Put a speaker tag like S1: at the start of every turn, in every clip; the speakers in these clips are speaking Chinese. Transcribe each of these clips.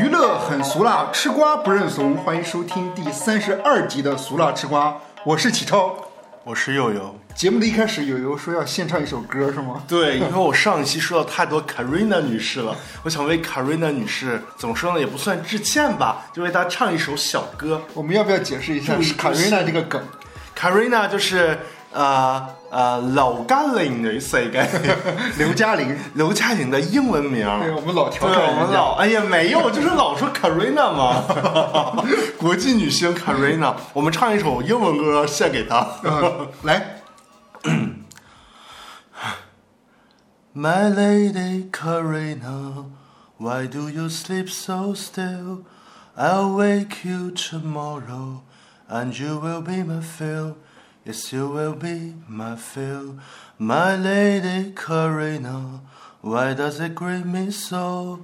S1: 娱乐很俗辣，吃瓜不认怂。欢迎收听第三十二集的《俗辣吃瓜》，我是启超。
S2: 我是悠悠。
S1: 节目的一开始，友友说要献唱一首歌，是吗？
S2: 对，因为我上一期说到太多 Karina 女士了，我想为 Karina 女士怎么说呢，也不算致歉吧，就为她唱一首小歌。
S1: 我们要不要解释一下
S2: 就是
S1: 卡瑞娜这个梗？
S2: Karina 就是呃呃老干领女士 个
S1: 刘嘉玲，
S2: 刘嘉玲的英文名儿。
S1: 对我们老调
S2: 对，
S1: 侃
S2: 我
S1: 人
S2: 们
S1: 家。
S2: 老哎呀没有，就是老说 Karina 嘛，国际女星 Karina，我们唱一首英文歌献给她。
S1: 嗯，来，
S2: My lady Karina, why do you sleep so still? I'll wake you tomorrow, and you will be my fill. Yes, you will be my fill. My lady Karina, why does it grieve me so?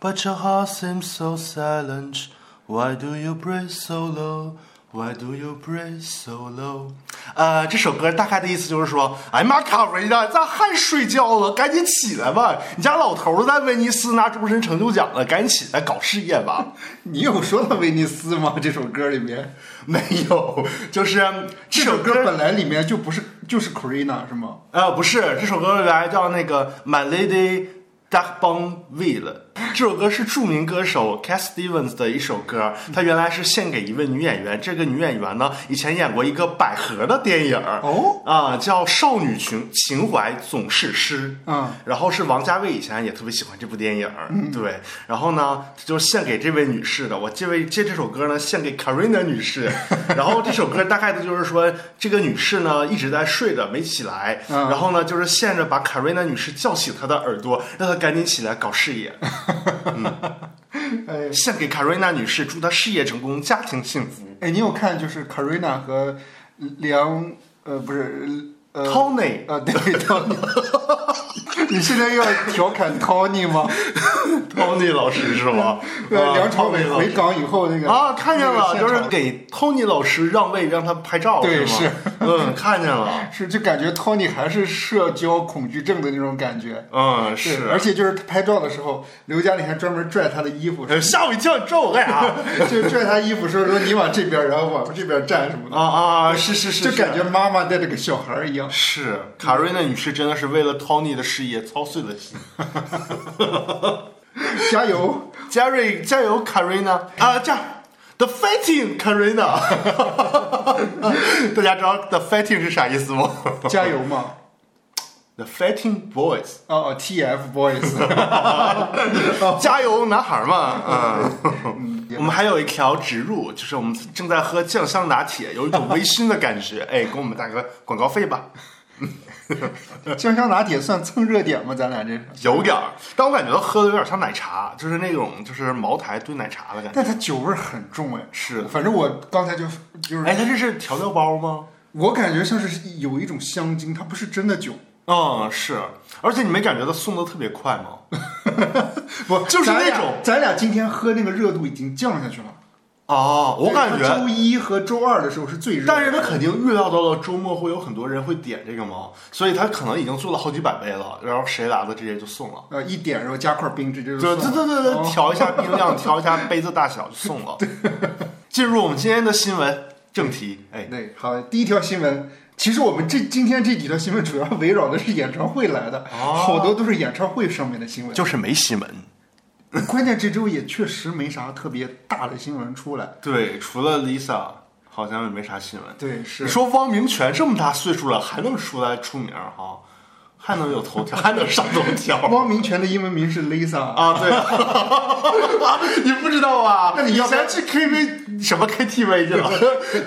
S2: But your heart seems so silent. Why do you breathe so low? Why do you breathe so low？呃，这首歌大概的意思就是说，哎呀妈，卡维娜，咋还睡觉了？赶紧起来吧！你家老头儿在威尼斯拿终身成就奖了，赶紧起来搞事业吧。
S1: 你有说到威尼斯吗？这首歌里面，
S2: 没有，就是这
S1: 这首
S2: 首
S1: 歌
S2: 歌
S1: 本来里面就不是就是 Karina 是吗？
S2: 呃，不是，这首歌原来叫那个《My Lady d a c k b o n v i l l e 这首歌是著名歌手 Cat Stevens 的一首歌，它原来是献给一位女演员。这个女演员呢，以前演过一个百合的电影儿
S1: 哦
S2: 啊、叫《少女情情怀总是诗》。
S1: 嗯，
S2: 然后是王家卫以前也特别喜欢这部电影儿，对。然后呢，就是献给这位女士的。我这位借这首歌呢，献给 Karina 女士。然后这首歌大概的就是说，这个女士呢一直在睡着没起来，
S1: 嗯
S2: 然后呢就是献着把 Karina 女士叫醒她的耳朵，让她赶紧起来搞事 业。嗯
S1: 哎
S2: 献给 Karina 女士，祝她事业成功，家庭幸福。
S1: 哎，你有看就是 Karina 和梁呃不是呃
S2: Tony，
S1: 啊，对 Tony，你现在要调侃 Tony 吗？
S2: Tony 老师是 吗？
S1: 呃，
S2: 啊
S1: 梁朝伟
S2: Tony 老
S1: 回
S2: 师
S1: 港以后那个
S2: 啊，看见了，
S1: 那
S2: 就
S1: 个现
S2: 是
S1: 场
S2: 给 Tony 老师让位，让他拍照，
S1: 对
S2: 是
S1: 是
S2: 吗？嗯，看见了，
S1: 是就感觉 Tony 还是社交恐惧症的那种感觉。
S2: 嗯，
S1: 对
S2: 是
S1: 而。且就是他拍照的时候，刘嘉玲还专门拽他的衣 服，
S2: 呃吓我一跳，你拽我干 啥？啊
S1: 就拽他衣服说说你往这边，然后往这边站什么的，
S2: 啊啊，是 是是，
S1: 就是感觉妈妈带着个小孩儿一样。
S2: 是卡瑞娜女士真的是为了 Tony 的事业操碎了心。
S1: 加 油！
S2: Jerry，加油，卡瑞娜啊，这样。The fighting Karina，大家知道 The fighting 是啥意思吗
S1: 加油嘛！
S2: ？The fighting boys，
S1: 哦哦，TFBOYS，
S2: 加油，男孩儿们， 嗯。
S1: 嗯
S2: 我们还有一条植入，就是我们正在喝酱香拿铁，有一种微醺的感觉。哎，给我们打个广告费吧，
S1: 酱香拿铁算蹭热点吗？咱俩这是，
S2: 有点儿，但我感觉都喝的有点像奶茶，就是那种就是茅台兑奶茶的感觉。
S1: 但它酒味儿很重哎。
S2: 是，
S1: 反正我刚才就就是，
S2: 哎，它这是调料包吗？
S1: 我感觉像是有一种香精，它不是真的酒。
S2: 嗯，是，而且你没感觉它送的特别快吗？
S1: 不，
S2: 就是
S1: 咱俩
S2: 那种
S1: 咱俩今天喝那个热度已经降下去了。
S2: 哦，我感
S1: 对它周
S2: 觉，
S1: 一和周二的时候是最热的，
S2: 但是它肯定预料到了周末会有很多人会点这个嘛，所以它可能已经做了好几百杯了，然后谁来了直接就送了。
S1: 呃一点然后加块冰，这就是
S2: 对对
S1: 送
S2: 对对
S1: 哦
S2: 对，调一下冰量，调一下杯子大小就送 了。进入我们今天的新闻正题，哎，
S1: 对，好，第一条新闻。其实我们这今天这几条新闻主要围绕的是演唱会来的，
S2: 哦
S1: 好多都是演唱会上面的新闻。
S2: 就是没新闻。
S1: 关键这周也确实没啥特别大的新闻出来。
S2: 对，除了 Lisa，好像也没啥新闻。
S1: 对，
S2: 你
S1: 是
S2: 说汪明荃这么大岁数了，还能出来出名儿哈，还能有头条，还能上头条
S1: 汪明荃的英文名是 Lisa，
S2: 啊？对， 你不知道啊？
S1: 那你要不要
S2: 以前去 KTV 什么 KTV 去了？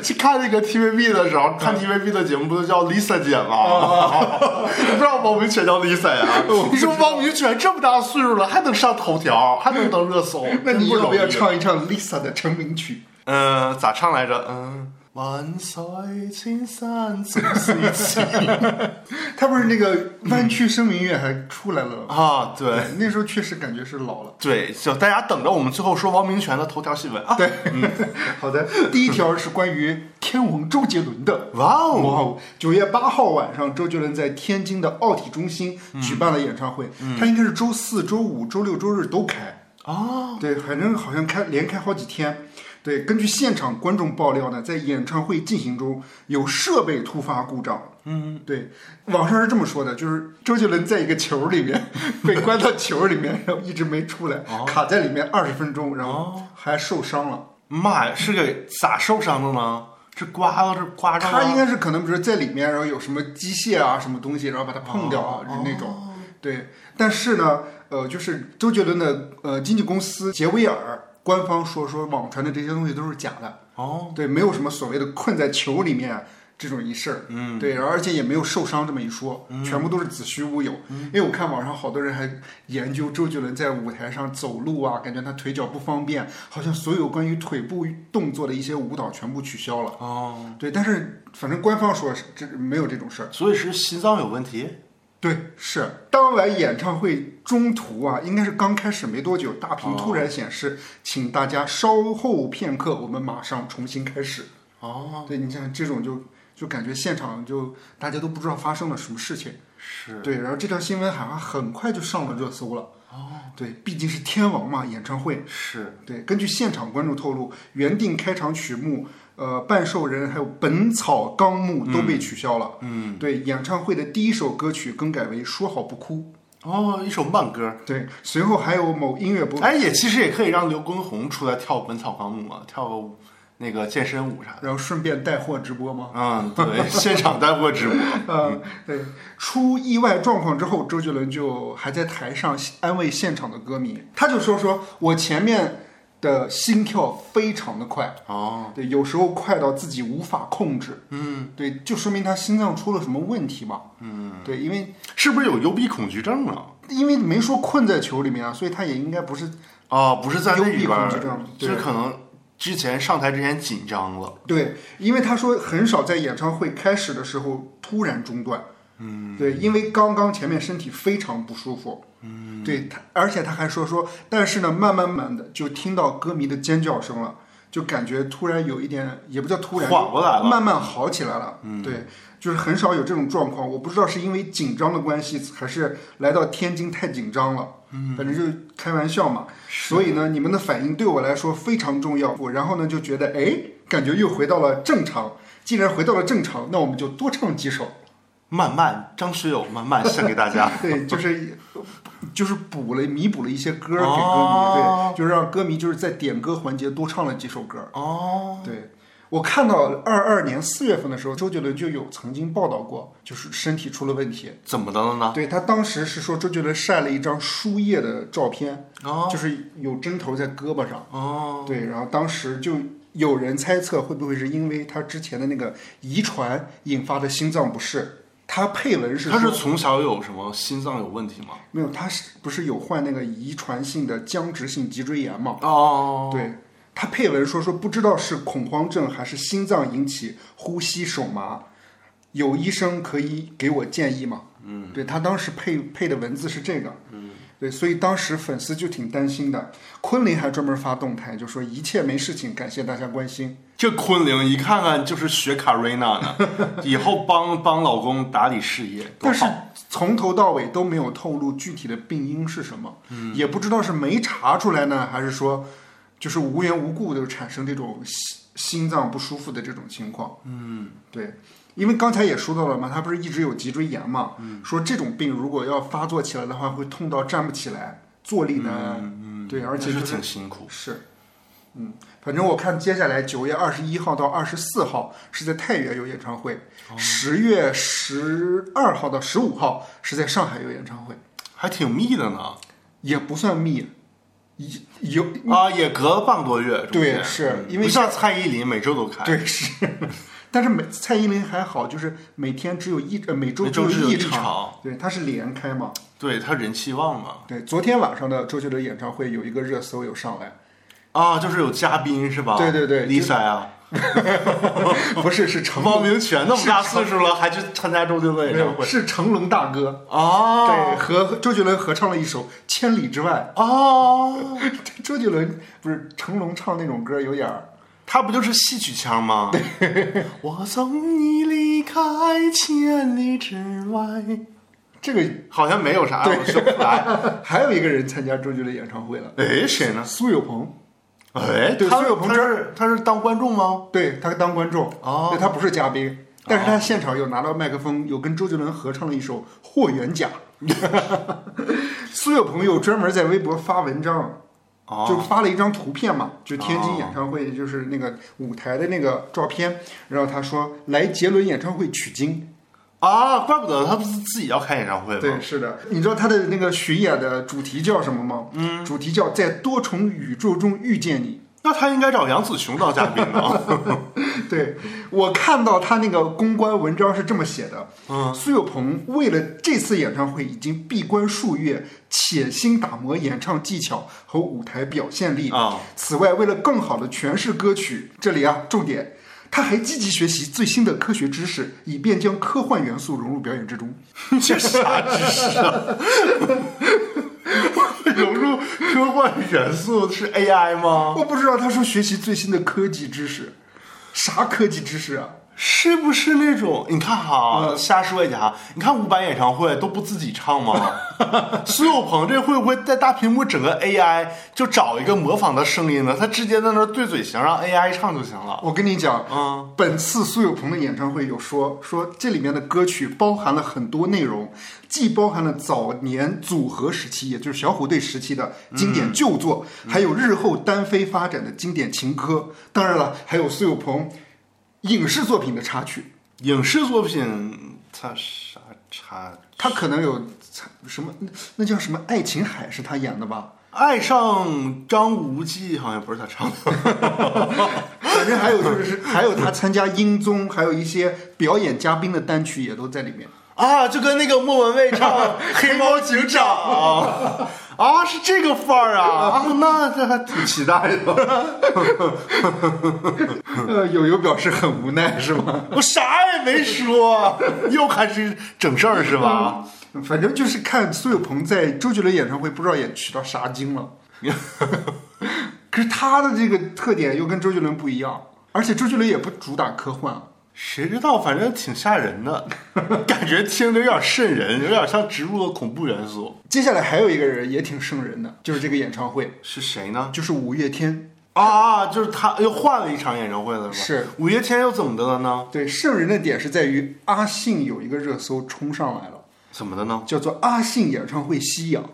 S2: 去看那个 TVB 的时候，
S1: 嗯
S2: 看 TVB 的节目不都叫 Lisa 姐
S1: 啊
S2: 吗？ 你不知道汪明荃叫 Lisa 呀？你说汪明荃这么大岁数了，还能上 头条，还能登热搜，
S1: 那你
S2: 真
S1: 要
S2: 容
S1: 不
S2: 易
S1: 要唱一唱 Lisa 的成名曲？
S2: 嗯、咋唱来着？嗯，万水千山总是情。
S1: 他不是那个湾区声明月还出来了吗？
S2: 啊，对
S1: 那时候确实感觉是老了。
S2: 对，就大家等着我们最后说王明荃的头条新闻啊！
S1: 对，好的， 第一条是关于天王周杰伦的。
S2: 哇哦，
S1: 哇哦！九月八号晚上，周杰伦在天津的奥体中心举办了演唱会，他应该是周四周五、周六、周日都开。
S2: 哦，
S1: 对，反正好像开连开好几天。对，根据现场观众爆料呢，在演唱会进行中有设备突发故障。嗯，对，网上是这么说的，就是周杰伦在一个球里面被关到球里面，然后一直没出来，卡在里面二十分钟，然后还受伤了。
S2: 妈呀，是给咋受伤的呢？是刮到这刮着
S1: 他应
S2: 了？
S1: 该是可能比如说在里面，然后有什么机械啊什么东西，然后把它碰掉啊、就那种。对，但是呢，呃，就是周杰伦的呃经纪公司杰威尔官方说说网传的这些东西都是假的，
S2: 哦，
S1: 对，没有什么所谓的困在球里面这种一事儿，嗯，对，而且也没有受伤这么一说，全部都是子虚乌有。因为我看网上好多人还研究周杰伦在舞台上走路啊，感觉他腿脚不方便，好像所有关于腿部动作的一些舞蹈全部取消了。
S2: 哦，
S1: 对，但是反正官方说是这没有这种事儿。
S2: 所以是心脏有问题？
S1: 对，是当晚演唱会中途啊，应该是刚开始没多久，大屏突然显示，请大家稍后片刻，我们马上重新开始。
S2: 哦，
S1: 对你像这种就就感觉现场就大家都不知道发生了什么事情。
S2: 是
S1: 对，然后这条新闻好像很快就上了热搜了。哦，对，毕竟是天王嘛，演唱会。
S2: 是，
S1: 对，根据现场观众透露，原定开场曲目，呃，《半兽人》还有《本草纲目》都被取消了。
S2: 嗯，
S1: 对，演唱会的第一首歌曲更改为《说好不哭
S2: 哦，一首慢歌》。。
S1: 对，随后还有某音乐博主，
S2: 哎，也其实也可以让刘畊宏出来跳《本草纲目》啊，跳个舞那个健身舞啥的。
S1: 然后顺便带货直播吗？
S2: 嗯，对， 现场带货直播。
S1: 呃，对，出意外状况之后，周杰伦就还在台上安慰现场的歌迷，他就说说我前面的心跳非常的快，
S2: 哦，
S1: 对，有时候快到自己无法控制，嗯，对，就说明他心脏出了什么问题吧，嗯，对，因为
S2: 是不是有幽闭恐惧症啊？
S1: 因为没说困在球里面啊，所以他也应该不是
S2: 哦，不是在那
S1: 幽闭
S2: 里边
S1: 恐惧
S2: 儿
S1: 症，对
S2: 就是可能之前上台之前紧张了。
S1: 对，因为他说很少在演唱会开始的时候突然中断，嗯，对，因为刚刚前面身体非常不舒服，嗯，对他，而且他还说说，但是呢，慢慢慢的就听到歌迷的尖叫声了，就感觉突然有一点，也不叫突然，
S2: 缓过来了
S1: 慢慢好起来了，嗯，对，就是很少有这种状况，我不知道是因为紧张的关系，还是来到天津太紧张了，嗯，反正就开玩笑嘛，所以呢，你们的反应对我来说非常重要。我然后呢就觉得，哎，感觉又回到了正常。既然回到了正常，那我们就多唱几首。
S2: 慢慢，张学友慢慢献给 大家。
S1: 对， 就是就是补了弥补了一些歌给歌迷，
S2: 哦
S1: 对，就是让歌迷就是在点歌环节多唱了几首歌。
S2: 哦，
S1: 对。我看到二二年四月份的时候，周杰伦就有曾经报道过，就是身体出了问题。
S2: 怎么的了呢？
S1: 对他当时是说周杰伦晒了一张输液的照片，
S2: 哦
S1: 就是有针头在胳膊上，
S2: 哦，
S1: 对，然后当时就有人猜测会不会是因为他之前的那个遗传引发的心脏不适。他配文是
S2: 他是
S1: 说
S2: 从小有什么心脏有问题吗？
S1: 没有，他是不是有患那个遗传性的僵直性脊椎炎嘛？
S2: 哦，
S1: 对他配文说说不知道是恐慌症还是心脏引起呼吸手麻，有医生可以给我建议吗？嗯，对他当时配配的文字是这个，嗯，对，所以当时粉丝就挺担心的。昆凌还专门发动态就说一切没事情，感谢大家关心。
S2: 这昆凌一看看就是学卡瑞娜 呢，以后帮帮老公打理事业，多
S1: 但是
S2: 好
S1: 从头到尾都没有透露具体的病因是什么，也不知道是没查出来呢，还是说就是无缘无故的产生这种心心脏不舒服的这种情况。嗯，对，因为刚才也说到了嘛，他不是一直有脊椎炎嘛，说这种病如果要发作起来的话，会痛到站不起来，坐立难
S2: 嗯
S1: 安。嗯对，而且就
S2: 那
S1: 是是
S2: 挺辛苦。
S1: 是。嗯，反正我看接下来九月二十一号到二十四号是在太原有演唱会，
S2: 哦
S1: 十、月十二号到十五号是在上海有演唱会，
S2: 还挺密的呢，
S1: 也不算密，一有
S2: 啊，也隔了半个多月，中间
S1: 对是
S2: 嗯
S1: 因为
S2: 不像蔡依林每周都开，，
S1: 对是， 但是每蔡依林还好，就是每天只有一呃每周
S2: 每周只有
S1: 一
S2: 一场哦
S1: 对，她是连开嘛，
S2: 对她人气旺嘛，
S1: 对，昨天晚上的周杰伦演唱会有一个热搜有上 来，
S2: 啊，就是有嘉宾是吧？
S1: 对对对就
S2: ，Lisa 呀，
S1: 不是是成
S2: 汪
S1: 龙
S2: 明荃那么大岁数了，还去参加周杰伦
S1: 没
S2: 演唱
S1: 有
S2: 会
S1: 是成龙大哥，对，
S2: 啊？
S1: 和周杰伦合唱了一首《千里之外
S2: 哦，》。
S1: 周杰伦不是成龙唱那种歌有点儿，
S2: 他不就是戏曲腔吗？我送你离开千里之外，
S1: 这个
S2: 好像没有啥，我说不出来。
S1: 还有一个人参加周杰伦演唱会了，
S2: 哎，谁呢？
S1: 苏有朋，
S2: 哎，
S1: 对
S2: 他
S1: 苏有朋
S2: 他是他是当观众吗？
S1: 对他当观众，
S2: 哦
S1: 对他不是嘉宾，但是他现场有拿到麦克风，有跟周杰伦合唱了一首《霍元甲》。 苏有朋友专门在微博发文章，就
S2: 哦，
S1: 发了一张图片嘛，就天津演唱会就是那个舞台的那个照片，然后他说来杰伦演唱会取经，
S2: 啊，怪不得他不是自己要开演唱会吗
S1: 对，？是的，你知道他的那个巡演的主题叫什么吗？嗯，主题叫在多重宇宙中遇见 你。
S2: 那他应该找杨紫琼当嘉宾 呢。
S1: 对我看到他那个公关文章是这么写的：嗯，苏有朋为了这次演唱会已经闭关数月，且心打磨演唱技巧和舞台表现力
S2: 啊。
S1: 此外，为了更好的诠释歌曲，这里啊重点，他还积极学习最新的科学知识，以便将科幻元素融入表演之中。
S2: 这啥知识啊？ 融入科幻元素是 AI 吗？
S1: 我不知道他说学习最新的科技知识，啥科技知识啊？
S2: 是不是那种？你看哈，瞎说一下哈，你看伍佰演唱会都不自己唱 吗？苏有朋这会不会在大屏幕整个 AI 就找一个模仿的声音呢？他直接在那儿对嘴型让 AI 唱就行了。
S1: 我跟你讲，
S2: 嗯，
S1: 本次苏有朋的演唱会有说说这里面的歌曲包含了很多内容，既包含了早年组合时期，也就是小虎队时期的经典旧作，还有日后单飞发展的经典情歌，当然了，还有苏有朋影视作品的插曲，
S2: 影视作品他啥差？
S1: 他可能有什么那叫什么《爱琴海》是他演的吧？
S2: 爱上张无忌好像不是他唱的，
S1: 反正还有就是，还有他参加音综，还有一些表演嘉宾的单曲也都在里面。
S2: 啊，就跟那个莫文蔚唱 《黑猫警长》啊，是这个范儿 啊，啊，那这还挺期待的。
S1: 呃，友友表示很无奈，是吗？
S2: 我啥也没说，又开始整事儿是吧？
S1: 反正就是看苏有朋在周杰伦演唱会，不知道也取到啥经了。可是他的这个特点又跟周杰伦不一样，而且周杰伦也不主打科幻啊。
S2: 谁知道，反正挺吓人的，感觉听着有点瘆人，有点像植入了恐怖元素。
S1: 接下来还有一个人也挺瘆人的，就是这个演唱会，
S2: 是谁呢？
S1: 就是五月天。
S2: 啊，就是他又换了一场演唱会了，是
S1: 是
S2: 吧？五月天又怎么的了呢？
S1: 对，瘆人的点是在于阿信有一个热搜冲上来了，
S2: 怎么的呢？
S1: 叫做“阿信演唱会吸氧”。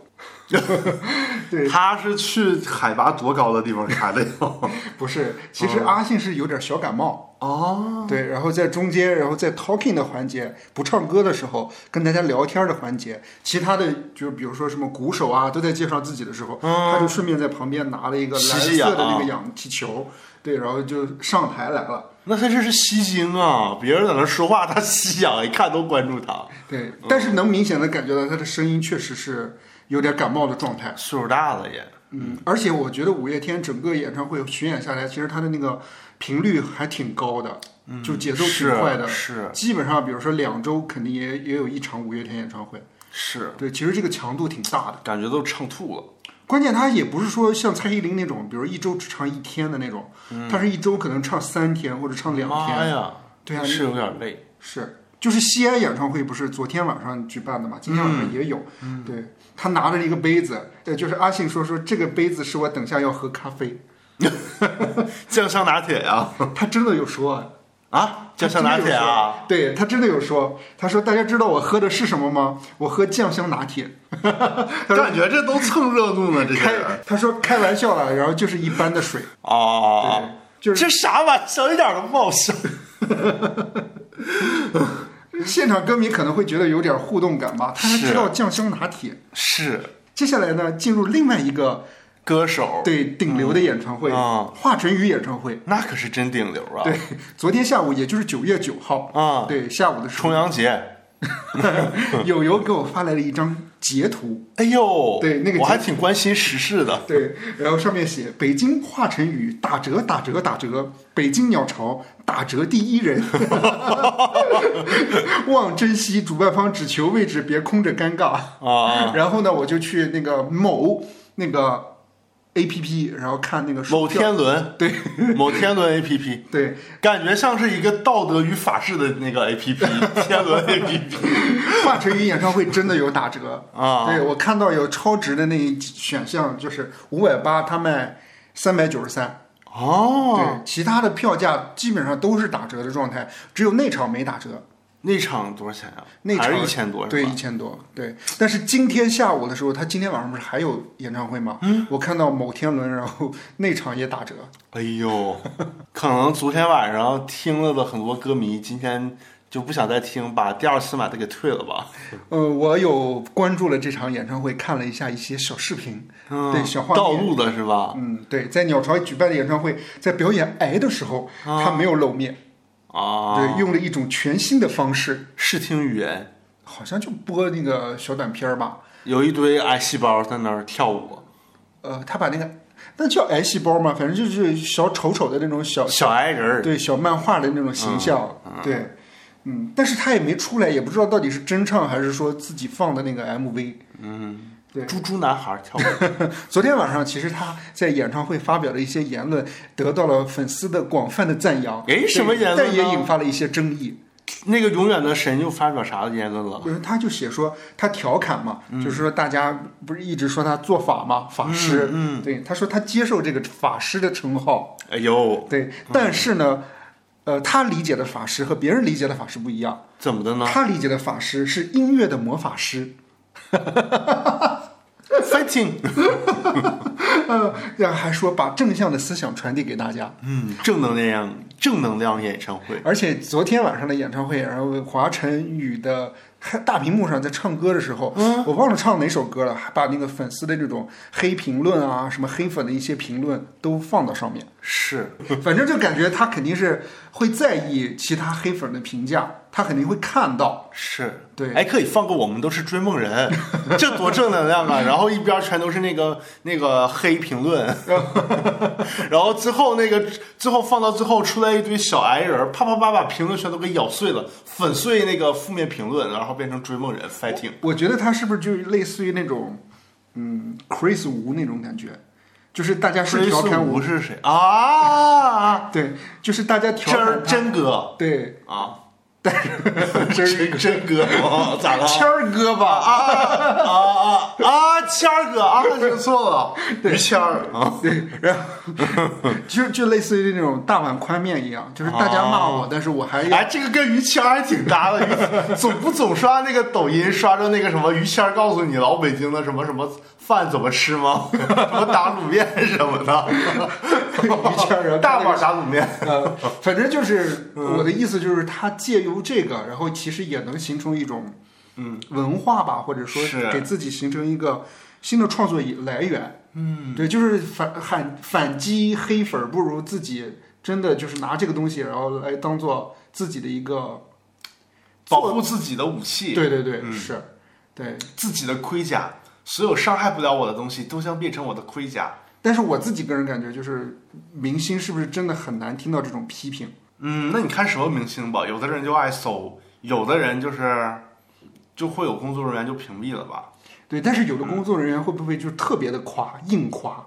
S1: 对，
S2: 他是去海拔多高的地方开的哟。
S1: 不是，其实阿信是有点小感冒。
S2: 哦，
S1: 对，然后在中间，然后在 talking 的环节，不唱歌的时候，跟大家聊天的环节，其他的就是比如说什么鼓手啊，都在介绍自己的时候，他就顺便在旁边拿了一个蓝
S2: 嗯吸吸
S1: 色的
S2: 氧
S1: 那
S2: 啊
S1: 个氧气球，对，然后就上台来了。
S2: 那他这是吸睛啊！别人在那说话，他吸氧，一看都关注他。
S1: 对，但是能明显的感觉到他的声音确实是有点感冒的状态。
S2: 岁数大了也，
S1: 嗯，而且我觉得五月天整个演唱会巡演下来，其实他的那个频率还挺高的，就节奏挺
S2: 是
S1: 快的，
S2: 嗯是
S1: 基本上比如说两周肯定也也有一场五月天演唱会。
S2: 是，
S1: 对，其实这个强度挺大的。
S2: 感觉都唱吐了。
S1: 关键他也不是说像蔡依林那种，比如一周只唱一天的那种，他是一周可能唱三天或者唱两
S2: 嗯妈
S1: 哎天。
S2: 呀，
S1: 对啊，
S2: 是有点累。
S1: 是，就是西安演唱会不是昨天晚上举办的嘛，今天晚上也有。
S2: 嗯
S1: 对他拿着一个杯子，对，就是阿信说说这个杯子是我等下要喝咖啡，
S2: 酱香拿铁呀、
S1: 他真的有说啊。
S2: 啊，酱香拿 铁啊！
S1: 他真的有说！对他真的有说，他说大家知道我喝的是什么吗？我喝酱香拿铁。
S2: 感觉这都蹭热度呢，这些
S1: 开
S2: 人。，
S1: 他说开玩笑了，然后就是一般的水。
S2: 啊
S1: 对，就是
S2: 这啥玩笑，一点都不 好笑。
S1: 现场歌迷可能会觉得有点互动感吧，他还
S2: 是
S1: 知道酱香拿铁。
S2: 是
S1: 接下来呢，进入另外一个
S2: 歌手，
S1: 对顶流的演唱会，
S2: 嗯啊
S1: 华晨宇演唱会。
S2: 那可是真顶流啊！
S1: 对，昨天下午，也就是九月九号
S2: 啊
S1: 对，下午的时
S2: 重
S1: 候，
S2: 阳节，
S1: 友友给我发来了一张截图，
S2: 哎呦，
S1: 对那个
S2: 我还挺关心时事的。
S1: 对，然后上面写北京华晨宇打折打折打折，北京鸟巢打折第一人， 望珍惜，主办方只求位置别空着尴尬。
S2: 啊，
S1: 然后呢，我就去那个某那个 A P P，然后看那个书
S2: 某
S1: 票，
S2: 天伦，
S1: 对
S2: 某天伦 A P P，
S1: 对，
S2: 感觉像是一个道德与法治的那个 A P P，天伦 A P P
S1: 华晨宇演唱会真的有打折
S2: 啊
S1: 对我看到有超值的那一选项，就是五百八，他卖三百九十三。
S2: 哦，
S1: 对，其他的票价基本上都是打折的状态，只有那场没打折，
S2: 那场多少钱啊？
S1: 那
S2: 还
S1: 场
S2: 是一千多，
S1: 对，
S2: 是
S1: 一
S2: 吧？
S1: 千多，对。但是今天下午的时候，他今天晚上不是还有演唱会吗？嗯，我看到某天伦，然后 那场也打折，
S2: 哎呦， 可能昨天晚上听了的很多歌迷，今天就不想再听，把第二次买的给退了吧。
S1: 呃，我有关注了这场演唱会，看了一下一些小视频，
S2: 嗯
S1: 对小画面
S2: 道路啊的是吧？
S1: 嗯，对，在鸟巢举办的演唱会，在表演癌的时候，他没有露面，
S2: 啊，
S1: 对，用了一种全新的方式，
S2: 视听语言，
S1: 好像就播那个小短片儿吧，
S2: 有一堆癌细胞在那儿跳舞，
S1: 呃，他把那个那叫癌细胞嘛，反正就是小丑丑的那种小
S2: 小矮人儿。
S1: 对小漫画的那种形象，
S2: 嗯
S1: 对，嗯，但是他也没出来，也不知道到底是真唱还是说自己放的那个 MV。对
S2: 猪猪男孩跳舞，
S1: 昨天晚上，其实他在演唱会发表的一些言论，得到了粉丝的广泛的赞扬。
S2: 诶什么言论呢
S1: 但也引发了一些争议。
S2: 那个永远的神又发表啥言论了？
S1: 有人他就写说他调侃嘛，就是说大家不是一直说他做法嘛，法师。嗯，对，他说他接受这个法师的称号。
S2: 哎呦，
S1: 对，但是呢，呃，他理解的法师和别人理解的法师不一样。
S2: 怎么的 呢
S1: 他理解的法师是音乐的魔法师，
S2: ？Fighting，
S1: 呃，然后还说把正向的思想传递给大家。
S2: 嗯，正能量，正能量演唱会。
S1: 而且昨天晚上的演唱会，然后华晨宇的大屏幕上在唱歌的时候，我忘了唱哪首歌了，还把那个粉丝的这种黑评论啊，什么黑粉的一些评论都放到上面。
S2: 是，
S1: 反正就感觉他肯定是会在意其他黑粉的评价，他肯定会看到。
S2: 是
S1: 对
S2: 哎，可以放过我们都是追梦人， 这多正能量啊！然后一边全都是那个那个黑评论， 然后之后那个最后放到最后出来一堆小矮人儿，啪啪啪把评论全都给咬碎了，粉碎那个负面评论，然后变成追梦人 fighting。
S1: 我觉得他是不是就类似于那种，嗯，Chris Wu 那种感觉，就是大家是调侃
S2: 吴
S1: 我，
S2: 是谁啊？
S1: 对，就是大家调侃
S2: 真
S1: 他，
S2: 真哥
S1: 对，
S2: 啊，
S1: 真是
S2: 真真 哥，哦咋了？
S1: 谦儿哥吧，啊，
S2: 啊啊啊！谦儿哥啊，听错 了，于谦儿啊，
S1: 对，然后 就就类似于那种大碗宽面一样，就是大家骂我，但是我 还要
S2: 哎，这个跟于谦儿还挺搭的。于总不总刷那个抖音，刷着那个什么于谦儿告诉你老北京的什么什么饭怎么吃 吗？什么打卤面什么的，
S1: 于谦儿然后啊
S2: 大嗯碗打卤面。
S1: 呃，反正就是我的意思就是，他借由这个，然后其实也能形成一种嗯文化吧，或者说
S2: 是
S1: 给自己形成一个新的创作来源。嗯，对，就是反反反击黑粉儿，不如自己真的就是拿这个东西，然后来当做自己的一个
S2: 保护自己的武器，
S1: 对对对，是，对。
S2: 自己的盔甲，所有伤害不了我的东西都将变成我的盔甲。
S1: 但是我自己个人感觉，就是明星是不是真的很难听到这种批评？
S2: 嗯，那你看什么明星吧，有的人就爱搜，有的人就是就会有工作人员就屏蔽了吧，
S1: 对，但是有的工作人员会不会就特别的夸，硬夸？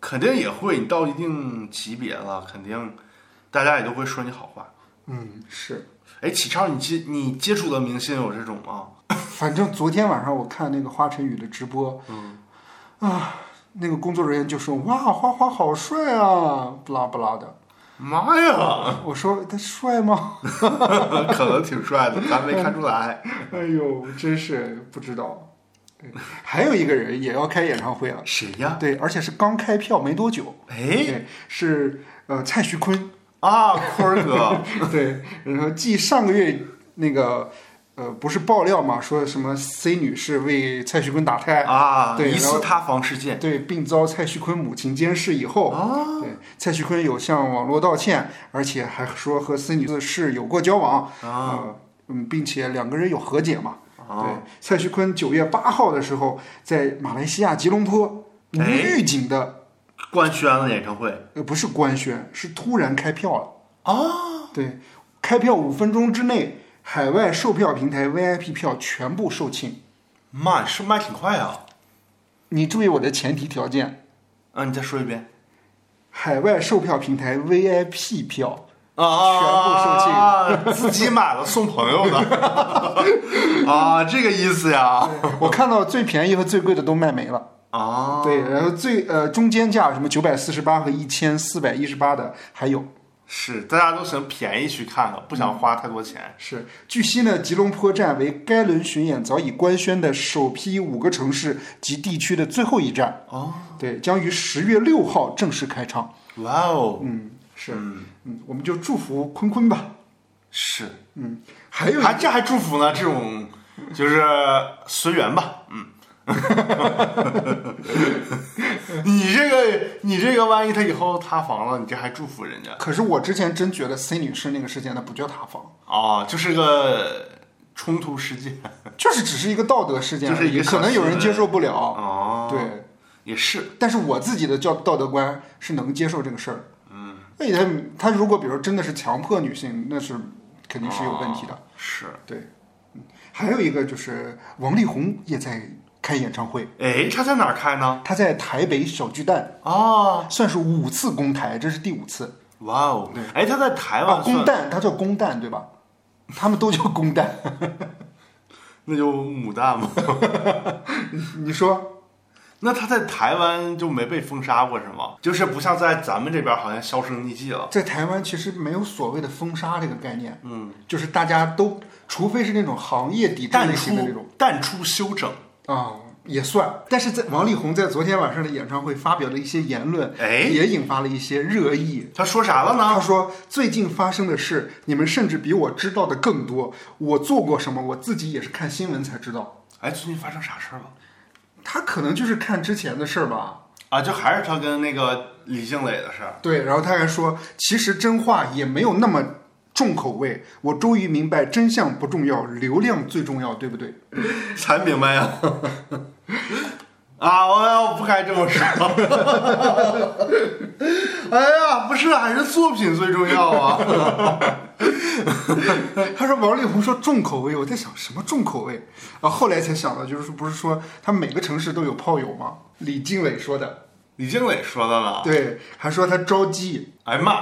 S2: 肯定也会，你到一定级别了，肯定大家也都会说你好话。
S1: 嗯，是。
S2: 哎，启超，你接你接触的明星有这种吗？
S1: 反正昨天晚上我看那个华晨宇的直播，嗯，啊，那个工作人员就说：“哇，花花好帅啊，不拉不拉的。
S2: 妈呀，”
S1: 我说：“他帅吗
S2: 可能挺帅的，咱没看出来。？”
S1: 哎呦，真是不知道。对还有一个人也要开演唱会了，
S2: 谁呀？
S1: 对，而且是刚开票没多久，
S2: 哎，
S1: 对，是呃蔡徐坤，
S2: 啊，坤儿 哥，
S1: 对，然后继上个月那个呃不是爆料嘛，说什么 C 女士为蔡徐坤打胎
S2: 啊，
S1: 对
S2: 疑
S1: 然后
S2: 似塌房事件，
S1: 对，并遭蔡徐坤母亲监视以后，
S2: 啊
S1: 对蔡徐坤有向网络道歉，而且还说和森女士有过交
S2: 啊
S1: 往，呃，嗯，并且两个人有和解嘛。
S2: 啊
S1: 对，蔡徐坤九月八号的时候在马来西亚吉隆坡无
S2: 哎
S1: 预警的，
S2: 官宣了演唱会。
S1: 呃，不是官宣，是突然开票了。啊，对，开票五分钟之内，海外售票平台 VIP 票全部售罄。
S2: 妈，是卖挺快啊！
S1: 你注意我的前提条件，
S2: 嗯，你再说一遍
S1: 海外售票平台 VIP 票，
S2: 啊，全部啊 售罄，自己买了送朋 友的啊，这个意思呀
S1: 我看到最便宜和最贵的都卖没了。
S2: 啊，
S1: 对，然后最呃中间价什么九百四十八和一千四百一十八的还有。
S2: 是大家都想便宜去看了，不想花太多钱。
S1: 是，据悉呢，吉隆坡站为该轮巡演早已官宣的首批五个城市及地区的最后一站。哦，对，将于十月六号正式开唱。
S2: 哇哦，
S1: 嗯，是，嗯，我们就祝福坤坤吧。
S2: 是，
S1: 还有一
S2: 还这还祝福呢，这种就是随缘吧，嗯。你这个，你这个，万一他以后塌房了，你这还祝福人家
S1: 可是我之前真觉得 C 女士那个事件，那不叫塌房，
S2: 啊？就是个冲突事件
S1: 就是只是一个道德事件而已，
S2: 就是一个
S1: 可能有人接受不了。
S2: 哦，
S1: 对，
S2: 也是，
S1: 但是我自己的叫道德观是能接受这个事儿。嗯，而且他他如果比如真的是强迫女性，那是肯定是有问题的。
S2: 是。
S1: 对，嗯还有一个就是王力宏也在开演唱会，
S2: 哎，他在哪儿开呢？
S1: 他在台北小巨蛋
S2: 啊，
S1: 算是五次公台，这是第五次
S2: 哇哦，哎，他在台
S1: 啊
S2: 湾，算
S1: 公蛋，他叫公蛋对吧？他们都叫公蛋，
S2: 那就母蛋嘛。
S1: 你说
S2: 那他在台湾就没被封杀过是吗？就是不像在咱们这边好像销声匿迹了。
S1: 在台湾其实没有所谓的封杀这个概念，嗯，就是大家都，除非是那种行业抵制
S2: 淡
S1: 类型的那种
S2: 出淡出休整，
S1: 啊、也算。但是在王力宏在昨天晚上的演唱会发表了一些言论，
S2: 哎
S1: 也引发了一些热议。
S2: 他说啥了
S1: 他
S2: 呢？
S1: 说：“最近发生的事，你们甚至比我知道的更多。我做过什么，我自己也是看新闻才知道。
S2: 哎，最近发生啥事儿了？
S1: 他可能就是看之前的事儿吧。
S2: 啊，就还是他跟那个李静蕾的事儿。
S1: 对，然后他还说，其实真话也没有那么重口味。我终于明白，真相不重要，流量最重要，对不对？
S2: 才明白呀、啊！我我不该这么说。 哎呀，不是，还是作品最重要啊！
S1: 他说王力宏说重口味，我在想什么重口味啊？后来才想到，就是说不是说他每个城市都有炮友吗？李静蕾说的，
S2: 李静蕾说的呢。
S1: 对，还说他招妓。”
S2: 哎呀妈，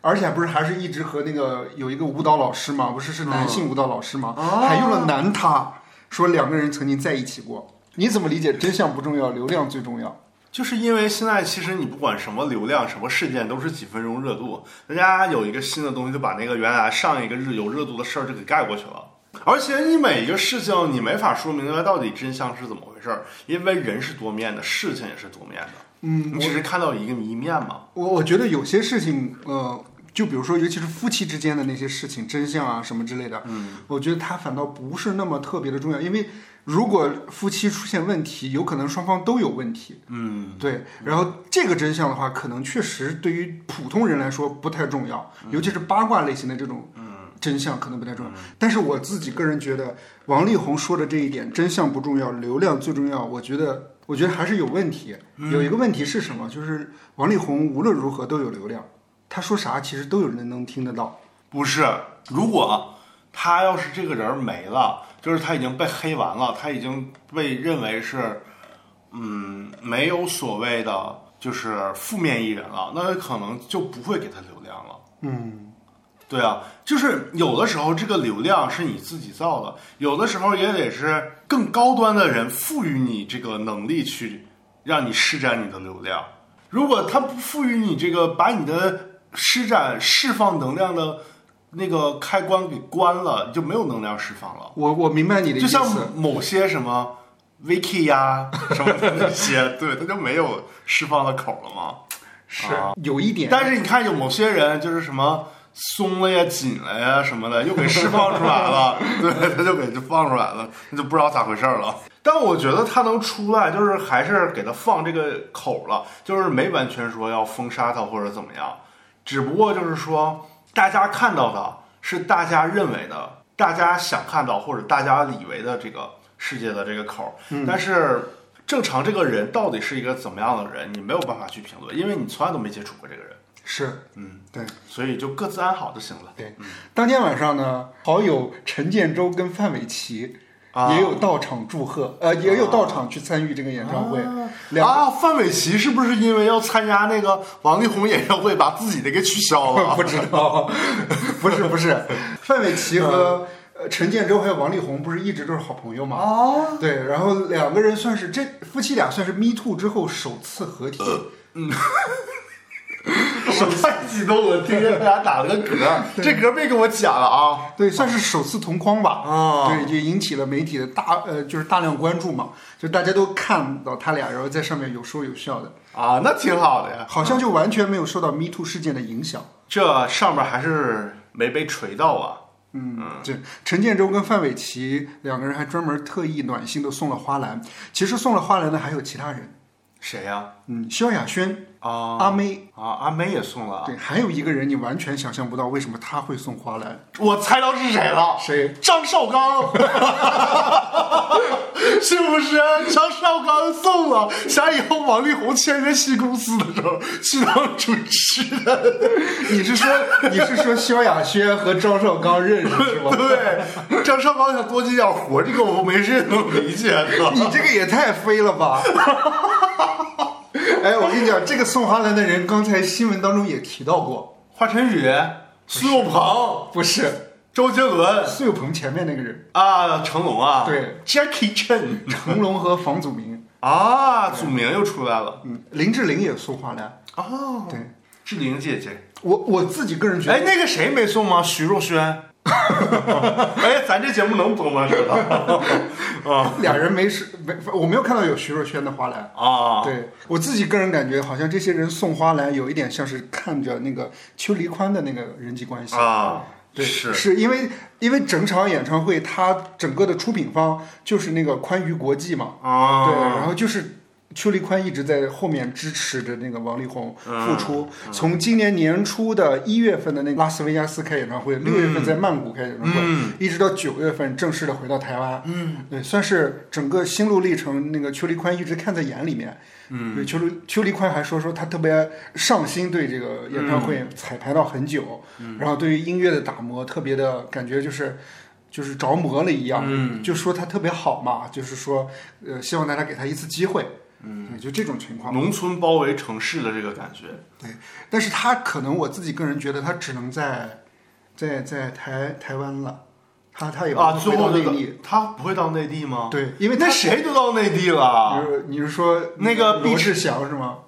S1: 而且不是还是一直和那个有一个舞蹈老师嘛，不是是男性舞蹈老师嘛，还用了男他，说两个人曾经在一起过。你怎么理解真相不重要，流量最重要？
S2: 就是因为现在其实你不管什么流量、什么事件，都是几分钟热度。大家有一个新的东西，就把那个原来上一个日有热度的事儿就给盖过去了。而且你每一个事情，你没法说明白到底真相是怎么回事儿，因为人是多面的，事情也是多面的。嗯，你只是看到一个一面嘛。
S1: 我我觉得有些事情，呃，就比如说，尤其是夫妻之间的那些事情，真相啊什么之类的，嗯，我觉得它反倒不是那么特别的重要，因为如果夫妻出现问题，有可能双方都有问题，
S2: 嗯，
S1: 对。然后这个真相的话，可能确实对于普通人来说不太重要，
S2: 嗯
S1: 尤其是八卦类型的这种真相可能不太重要。但是我自己个人觉得，王力宏说的这一点，真相不重要，流量最重要。我觉得，我觉得还是有问题。
S2: 嗯
S1: 有一个问题是什么？就是王力宏无论如何都有流量，他说啥其实都有人能听得到。
S2: 不是，如果他要是这个人儿没了，就是他已经被黑完了，他已经被认为是，嗯，没有所谓的就是负面艺人了，那可能就不会给他流量了。
S1: 嗯，
S2: 对啊，就是有的时候这个流量是你自己造的，有的时候也得是更高端的人赋予你这个能力去让你施展你的流量。如果他不赋予你这个把你的施展释放能量的那个开关给关了，你就没有能量释放了。
S1: 我我明白你的意
S2: 就
S1: 思。
S2: 像某些什么 Vicky 呀、什么的那些，对，他就没有释放的口了嘛。
S1: 是、有一点，
S2: 啊但是你看，有某些人就是什么松了呀、紧了呀什么的，又给释放出来 了，对，他就给就放出来了，那就不知道咋回事儿了。但我觉得他能出来，就是还是给他放这个口了，就是没完全说要封杀他或者怎么样，只不过就是说大家看到的是大家认为的、大家想看到或者大家以为的这个世界的这个口儿，但是。正常这个人到底是一个怎么样的人，你没有办法去评论，因为你从来都没接触过这个人。
S1: 是
S2: 嗯，
S1: 对。
S2: 所以就各自安好就行了。
S1: 对，当天晚上呢，好友陈建州跟范玮琪
S2: 啊
S1: 也有到场祝贺，呃，也有到场去参与这个演唱会。两
S2: 啊，范玮琪是不是因为要参加那个王力宏演唱会，把自己的给取消
S1: 个
S2: 了？
S1: 不知道， 不是不是， 范玮琪和呃陈建州还有王力宏不是一直都是好朋友吗？
S2: 啊，
S1: 对，然后两个人算是这夫妻俩算是 Me Too 之后首次合 体。
S2: 我太激动了，听见大家打了个嗝， 这嗝别给我剪了啊！
S1: 对，算是首次同框吧。
S2: 啊
S1: 对，也引起了媒体的大呃，就是大量关注嘛，就大家都看到他俩，然后在上面有说有笑的，
S2: 啊，那挺好的呀，
S1: 好像就完全没有受到 Me Too 事件的影响。
S2: 这上面还是没被锤到啊。
S1: 嗯，对，陈建州跟范玮琪两个人还专门特意暖心的送了花篮。其实送了花篮的还有其他人，
S2: 谁呀、
S1: 嗯，萧亚轩、
S2: 啊？
S1: 阿妹，
S2: 啊阿妹也送了啊，
S1: 对，还有一个人你完全想象不到为什么他会送花篮。
S2: 我猜到是谁了？
S1: 谁？
S2: 张绍刚， 是不是？张绍刚送了，想以后王力宏签约新公司的时候去当主持人。
S1: 你是说你是说萧亚轩和张绍刚认识是 吗？
S2: 对，张绍刚想多接点活，这个我没啊是能理解的。
S1: 你这个也太飞了吧！哎，我跟你讲，这个送花篮的人，刚才新闻当中也提到过，
S2: 华晨宇、苏有朋、
S1: 不是
S2: 周杰伦
S1: 苏有朋前面那个人，
S2: 啊，成龙啊，
S1: 对
S2: ，Jackie Chan
S1: 成龙和房祖名，
S2: 啊，祖明又出来了。
S1: 嗯，林志玲也送花篮。
S2: 哦，
S1: 对
S2: 志玲姐姐。
S1: 我我自己个人觉得，
S2: 哎，那个谁没送吗？徐若 瑄。哎，咱这节目能播吗？知道？啊
S1: 俩人没是没，我没有看到有徐若瑄的花篮。
S2: 啊，
S1: 对我自己个人感觉，好像这些人送花篮有一点像是看着那个邱黎宽的那个人际关系
S2: 啊，
S1: 对，
S2: 是
S1: 是因为因为整场演唱会，它整个的出品方就是那个宽娱国际嘛，
S2: 啊，
S1: 对，然后就是邱黎宽一直在后面支持着那个王力宏复出，从今年年初的一月份的那个拉斯维加斯开演唱会，六月份在曼谷开演唱会，一直到九月份正式的回到台湾，嗯，对，算是整个心路历程，那个邱黎宽一直看在眼里面。嗯，对，邱黎邱黎宽还说说他特别上心对这个演唱会彩排到很久，然后对于音乐的打磨特别的感觉就是就是着魔了一样，
S2: 嗯
S1: 就说他特别好嘛，就是说呃希望大家给他一次机会，嗯，就这种情况。
S2: 农村包围城市的这个感觉，
S1: 但是他可能我自己个人觉得他只能在在在台台湾了，他他也不
S2: 啊，
S1: 会
S2: 最
S1: 到
S2: 后
S1: 内
S2: 那个
S1: 地，
S2: 他不会到内地吗？
S1: 对，因为他
S2: 那谁都到内地了。
S1: 你是你是说
S2: 那个
S1: 罗
S2: 毕
S1: 志祥是吗？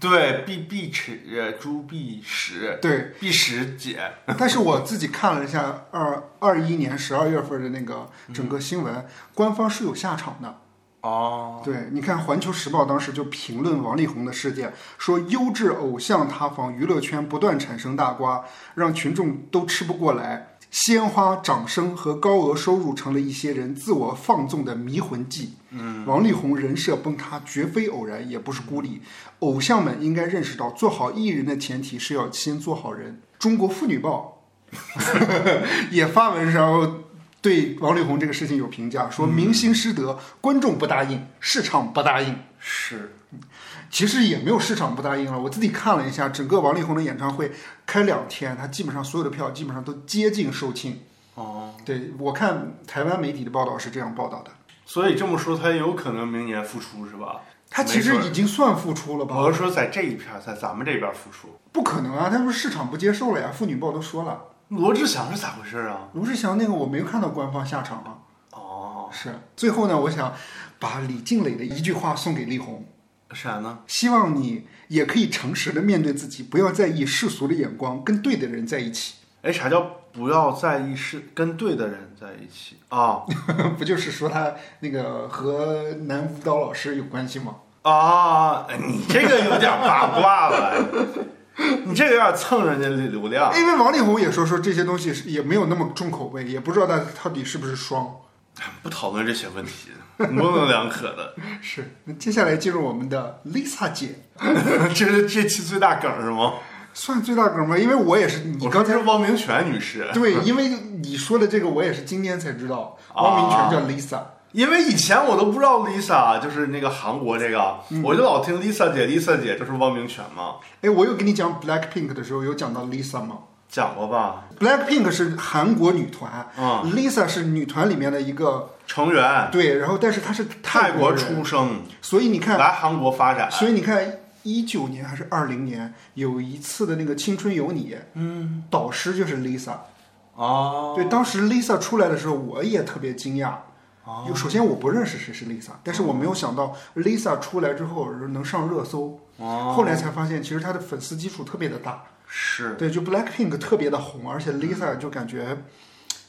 S2: 对，毕毕池呃朱碧石，
S1: 对，
S2: 碧石姐，
S1: 但是我自己看了一下二二一年十二月份的那个整个新
S2: 嗯
S1: 闻，官方是有下场的。
S2: 哦，
S1: 对，你看《环球时报》当时就评论王力宏的事件，说优质偶像塌房，娱乐圈不断产生大瓜，让群众都吃不过来。鲜花、掌声和高额收入成了一些人自我放纵的迷魂剂。嗯，王力宏人设崩塌绝非偶然，也不是孤立。偶像们应该认识到，做好艺人的前提是要先做好人。中国妇女报也发文，然后对王力宏这个事情有评价，说明星失德，观众不答应，市场不答应。
S2: 是
S1: 其实也没有市场不答应了，我自己看了一下，整个王力宏的演唱会开两天，他基本上所有的票基本上都接近售罄。
S2: 哦，
S1: 对我看台湾媒体的报道是这样报道的，
S2: 所以这么说，他有可能明年复出是吧？
S1: 他其实
S2: 没准
S1: 已经算复出了吧？
S2: 我是说在这一片儿，在咱们这边儿复出。
S1: 不可能啊，他说市场不接受了呀，妇女报都说了。
S2: 罗志祥是咋回事啊？
S1: 卢志祥那个我没有看到官方下场啊。
S2: 哦，
S1: 是，最后呢，我想把李静蕾的一句话送给力宏。
S2: 啥呢？
S1: 希望你也可以诚实的面对自己，不要在意世俗的眼光，跟对的人在一起，
S2: 哎，啥叫不要在意是跟对的人在一起啊
S1: 不就是说他那个和男舞蹈老师有关系吗？
S2: 啊！哎你这个有点八卦了，你这个有点蹭人家的流量。
S1: 因为王力宏也说说这些东西是也没有那么重口味，也不知道他到底是不是双。
S2: 哎不讨论这些问题，模棱两可的。
S1: 是，那接下来进入我们的 Lisa 姐，
S2: 这是这期最大梗是吗？
S1: 算最大梗吗？因为我也是你
S2: 我
S1: 刚
S2: 刚
S1: 才
S2: 才是汪明荃女士，
S1: 对，因为你说的这个我也是今天才知道，
S2: 啊
S1: 汪明荃叫 Lisa。
S2: 因为以前我都不知道 Lisa 就是那个韩国这个，
S1: 嗯
S2: 我就老听 Lisa 姐 Lisa 姐，这是汪明荃嘛。
S1: 哎，我有跟你讲 Blackpink 的时候有讲到 Lisa 吗？
S2: 讲过吧？
S1: Blackpink 是韩国女团、
S2: 啊
S1: l i s a 是女团里面的一个
S2: 成员
S1: 对，然后但是她是
S2: 泰
S1: 国
S2: 国
S1: 人
S2: 出，生，
S1: 所以你看，
S2: 来韩国发展，
S1: 嗯所以你看。一九年还是二零年有一次的那个《青春有你》，嗯，导师就是 Lisa，
S2: 哦，
S1: 对，当时 Lisa 出来的时候，我也特别惊讶。就首先我不认识谁是 Lisa，但是我没有想到 Lisa 出来之后能上热搜。
S2: 哦
S1: 后来才发现，其实她的粉丝基础特别的大。
S2: 是
S1: 对，就 Blackpink 特别的红，而且 Lisa 就感觉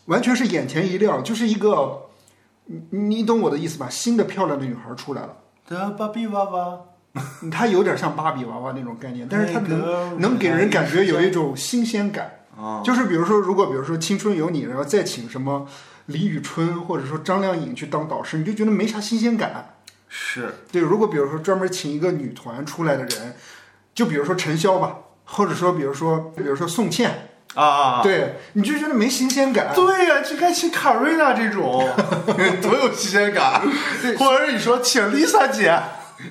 S1: 完全是眼前一亮，就是一个你你懂我的意思吧？新的漂亮的女孩出来了，
S3: 的芭比娃娃，
S1: 她有点像芭比娃娃那种概念，但是她
S3: 那个
S1: 能能给人感觉有一种新鲜感。
S2: 啊，
S1: 就是比如说，如果比如说《青春有你》，然后再请什么李宇春或者说张靓颖去当导师，你就觉得没啥新鲜感。
S2: 是
S1: 对，如果比如说专门请一个女团出来的人，就比如说陈潇吧，或者说比如说比如说宋茜，
S2: 啊，
S1: 对，你就觉得没新鲜感。
S2: 对啊呀、就该请卡瑞娜这种， 多有新鲜感。或者你说请 Lisa 姐，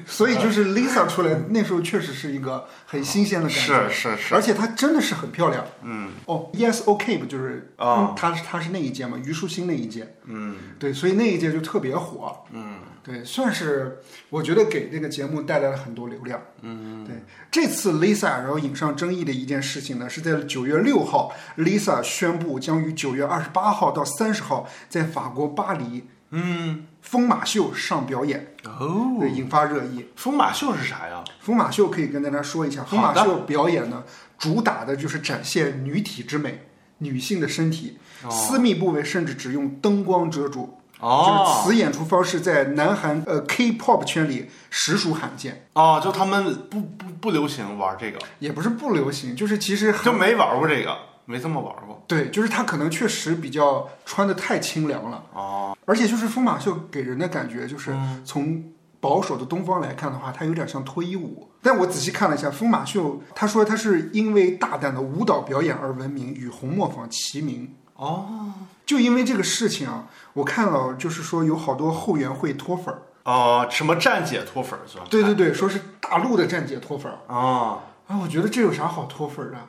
S1: 所以就是 Lisa 出来那时候确实是一个很新鲜的感觉，
S2: 是是是
S1: 而且她真的是很漂亮。嗯，哦，Yes OK 不就是
S2: 啊
S1: 嗯她是她是那一届嘛，虞书欣那一届。嗯，对，所以那一届就特别火。嗯，对，算是我觉得给这个节目带来了很多流量。嗯，对，这次 Lisa 然后引上争议的一件事情呢，是在九月六号，Lisa 宣布将于九月二十八号到三十号在法国巴黎
S2: 嗯，
S1: 疯马秀上表演，
S3: 哦，
S1: 对，引发热议。
S2: 疯马秀是啥呀？
S1: 疯马秀可以跟大家说一下，疯马秀表演呢，主打的就是展现女体之美，女性的身体，私密部位甚至只用灯光遮住。
S2: 哦
S1: 就是此演出方式在南韩呃 K-pop 圈里实属罕见，
S2: 哦，就他们不不不流行玩这个，
S1: 也不是不流行，就是其实
S2: 就没玩过这个，没这么玩过。
S1: 对，就是他可能确实比较穿的太清凉了，
S2: 哦，嗯
S1: 而且就是疯马秀给人的感觉就是从保守的东方来看的话，它有点像脱衣舞。但我仔细看了一下疯马秀，他说他是因为大胆的舞蹈表演而闻名，与红磨坊齐名。
S2: 哦，
S1: 就因为这个事情啊，我看到就是说有好多后援会脱粉儿，
S2: 哦，什么站姐脱粉儿算？
S1: 对对对，说是大陆的站姐脱粉儿
S2: 啊，
S1: 啊，我觉得这有啥好脱粉儿的？啊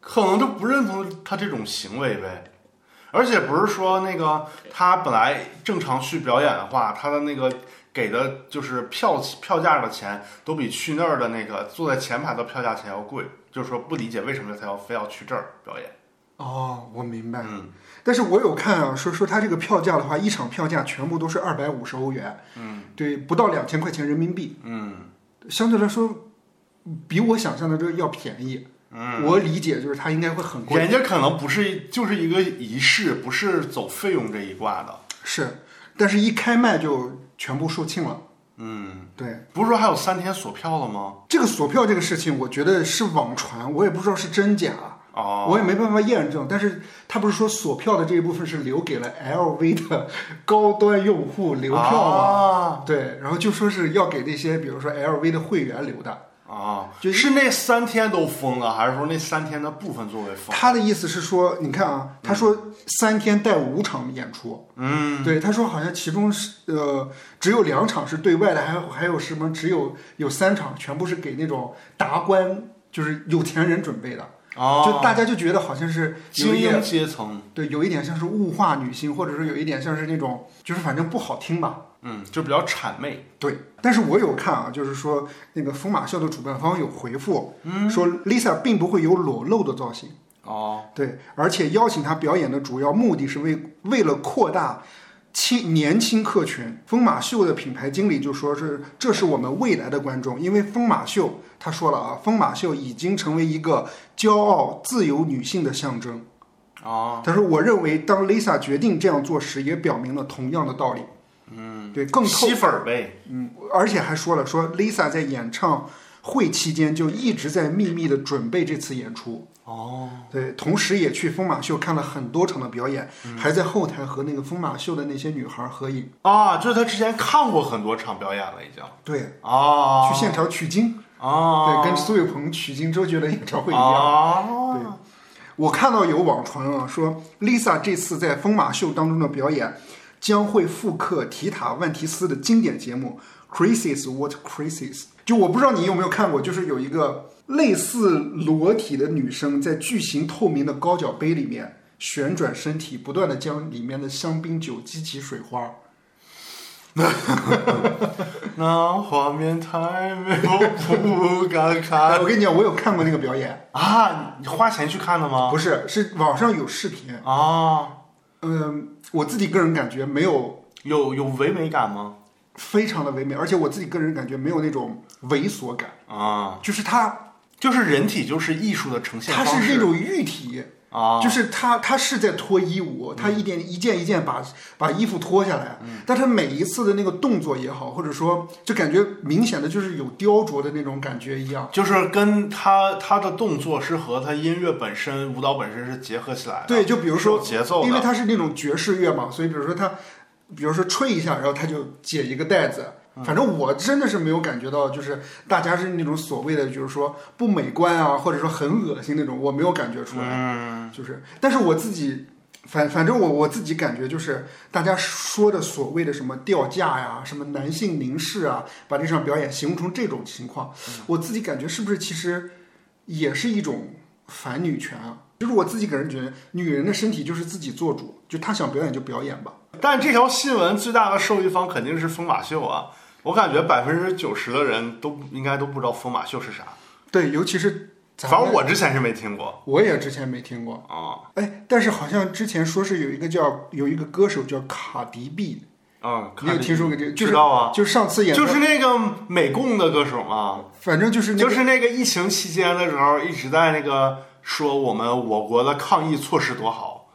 S2: 可能就不认同他这种行为呗。而且不是说那个他本来正常去表演的话，他的那个给的就是票票价的钱都比去那儿的那个坐在前排的票价钱要贵，就是说不理解为什么他要非要去这儿表演。
S1: 哦，我明白了。
S2: 嗯
S1: 但是我有看啊，说说他这个票价的话，一场票价全部都是二百五十欧元，
S2: 嗯
S1: 对，不到两千块钱人民币。
S2: 嗯
S1: 相对来说，比我想象的这个要便宜。
S2: 嗯，
S1: 我理解就是它应该会很贵。
S2: 人家可能不是就是一个仪式，不是走费用这一挂的。
S1: 是，但是一开卖就全部售罄了。
S2: 嗯，
S1: 对，
S2: 不是说还有三天锁票了吗？
S1: 这个索票这个事情，我觉得是网传，我也不知道是真假，
S2: 哦，
S1: 我也没办法验证。但是他不是说索票的这一部分是留给了 LV 的高端用户留票吗？
S2: 啊
S1: 对，然后就说是要给那些，比如说 LV 的会员留的。
S2: 啊，
S1: 就是
S2: 那三天都封了，还是说那三天的部分座位封？
S1: 他的意思是说，你看啊，他说三天带五场演出，
S2: 嗯，
S1: 对，他说好像其中是呃只有两场是对外的，还有还有什么只有有三场全部是给那种达官，就是有钱人准备的，
S2: 哦，
S1: 就大家就觉得好像是有
S2: 精
S1: 一
S2: 英
S1: 点
S2: 阶层，
S1: 对，有一点像是物化女性，或者是有一点像是那种就是反正不好听吧，
S2: 嗯，就比较谄媚。
S1: 对，但是我有看啊，就是说那个疯马秀的主办方有回复，说 Lisa 并不会有裸露的造型，
S2: 哦，
S1: 对，而且邀请她表演的主要目的是为为了扩大青年轻客群。疯马秀的品牌经理就说是这是我们未来的观众，因为疯马秀他说了啊，疯马秀已经成为一个骄傲自由女性的象征。
S2: 哦，
S1: 他说，我认为当 Lisa 决定这样做时，也表明了同样的道理。嗯，对，更透
S2: 吸粉儿呗。
S1: 嗯，而且还说了，说 Lisa 在演唱会期间就一直在秘密的准备这次演出，
S2: 哦，
S1: 对，同时也去疯马秀看了很多场的表演，还在后台和那个疯马秀的那些女孩合影，
S2: 啊，就是他之前看过很多场表演了，已经。
S1: 对，
S2: 啊，
S1: 去现场取经，
S2: 啊，
S1: 对，跟苏有朋取经周杰伦演唱会一样。对
S2: 啊，，
S1: 我看到有网传啊，说 Lisa 这次在疯马秀当中的表演将会复刻提塔万提斯的经典节目 Crisis What Crisis。就我不知道你有没有看过，就是有一个类似裸体的女生在巨型透明的高脚杯里面旋转身体，不断的将里面的香槟酒激起水花。
S2: 那画面太美，我不敢
S1: 哎，
S2: 看
S1: 我跟你讲，我有看过那个表演，
S2: 啊！你花钱去看的吗？
S1: 不是，是网上有视频。
S2: 啊，
S1: 嗯，我自己个人感觉没有
S2: 有有唯美感吗？
S1: 非常的唯美，而且我自己个人感觉没有那种猥琐感，
S2: 啊，
S1: 就是它
S2: 就是人体就是艺术的呈现
S1: 它
S2: 方式，
S1: 是那种玉体，
S2: 啊，嗯
S1: 就是它它是在脱衣舞，它一点一件一件把把衣服脱下来，啊但它每一次的那个动作也好，或者说就感觉明显的就是有雕琢的那种感觉一样。
S2: 就是跟他他的动作是和他音乐本身、舞蹈本身是结合起来的。
S1: 对，就比如说
S2: 是有节奏的
S1: 因为它是那种爵士乐嘛，所以比如说它，比如说吹一下，然后它就解一个带子。
S2: 嗯
S1: 反正我真的是没有感觉到，就是大家是那种所谓的，就是说不美观啊，或者说很恶心那种，我没有感觉出来。
S2: 嗯，
S1: 就是，但是我自己，反反正我我自己感觉就是，大家说的所谓的什么掉价呀、什么男性凝视啊，把这场表演形容成这种情况，我自己感觉是不是其实也是一种反女权啊？就是我自己个人觉得，女人的身体就是自己做主，就她想表演就表演吧。
S2: 但这条新闻最大的受益方肯定是疯马秀啊！我感觉百分之九十的人都应该都不知道疯马秀是啥，
S1: 对，尤其是咱
S2: 反
S1: 们
S2: 正我之前是没听过
S1: 我也之前没听过，
S2: 啊
S1: 哎，但是好像之前说是有一个叫有一个歌手叫卡迪 B，
S2: 啊！
S1: 你有听说过这个？就
S2: 知
S1: 是
S2: 道啊？
S1: 就上次演的
S2: 就是那个美共的歌手嘛，
S1: 反正就是那
S2: 就
S1: 个
S2: 是那个疫情期间的时候一直在那个说我们我国的抗疫措施多好。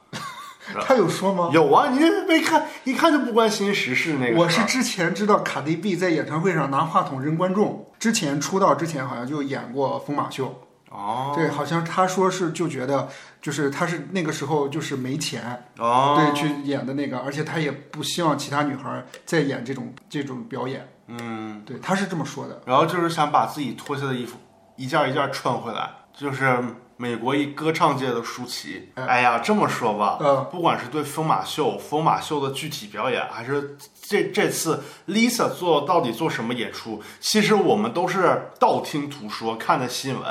S1: 他有说吗？
S2: 有啊，你这没看，一看就不关心时事那个。啊
S1: 我是之前知道卡迪 B 在演唱会上拿话筒扔观众，之前出道之前好像就演过疯马秀，
S2: 哦
S1: 对，好像他说是就觉得就是他是那个时候就是没钱，
S2: 哦，
S1: 对，去演的那个，而且他也不希望其他女孩再演这种这种表演，
S2: 嗯，
S1: 对，他是这么说的。
S2: 然后就是想把自己脱下的衣服一件一件穿回来，就是美国一歌唱界的舒淇。
S1: 嗯
S2: 哎呀，这么说吧，
S1: 嗯
S2: 不管是对疯马秀、疯马秀的具体表演，还是这这次 Lisa 做到底做什么演出，其实我们都是道听途说，看的新闻。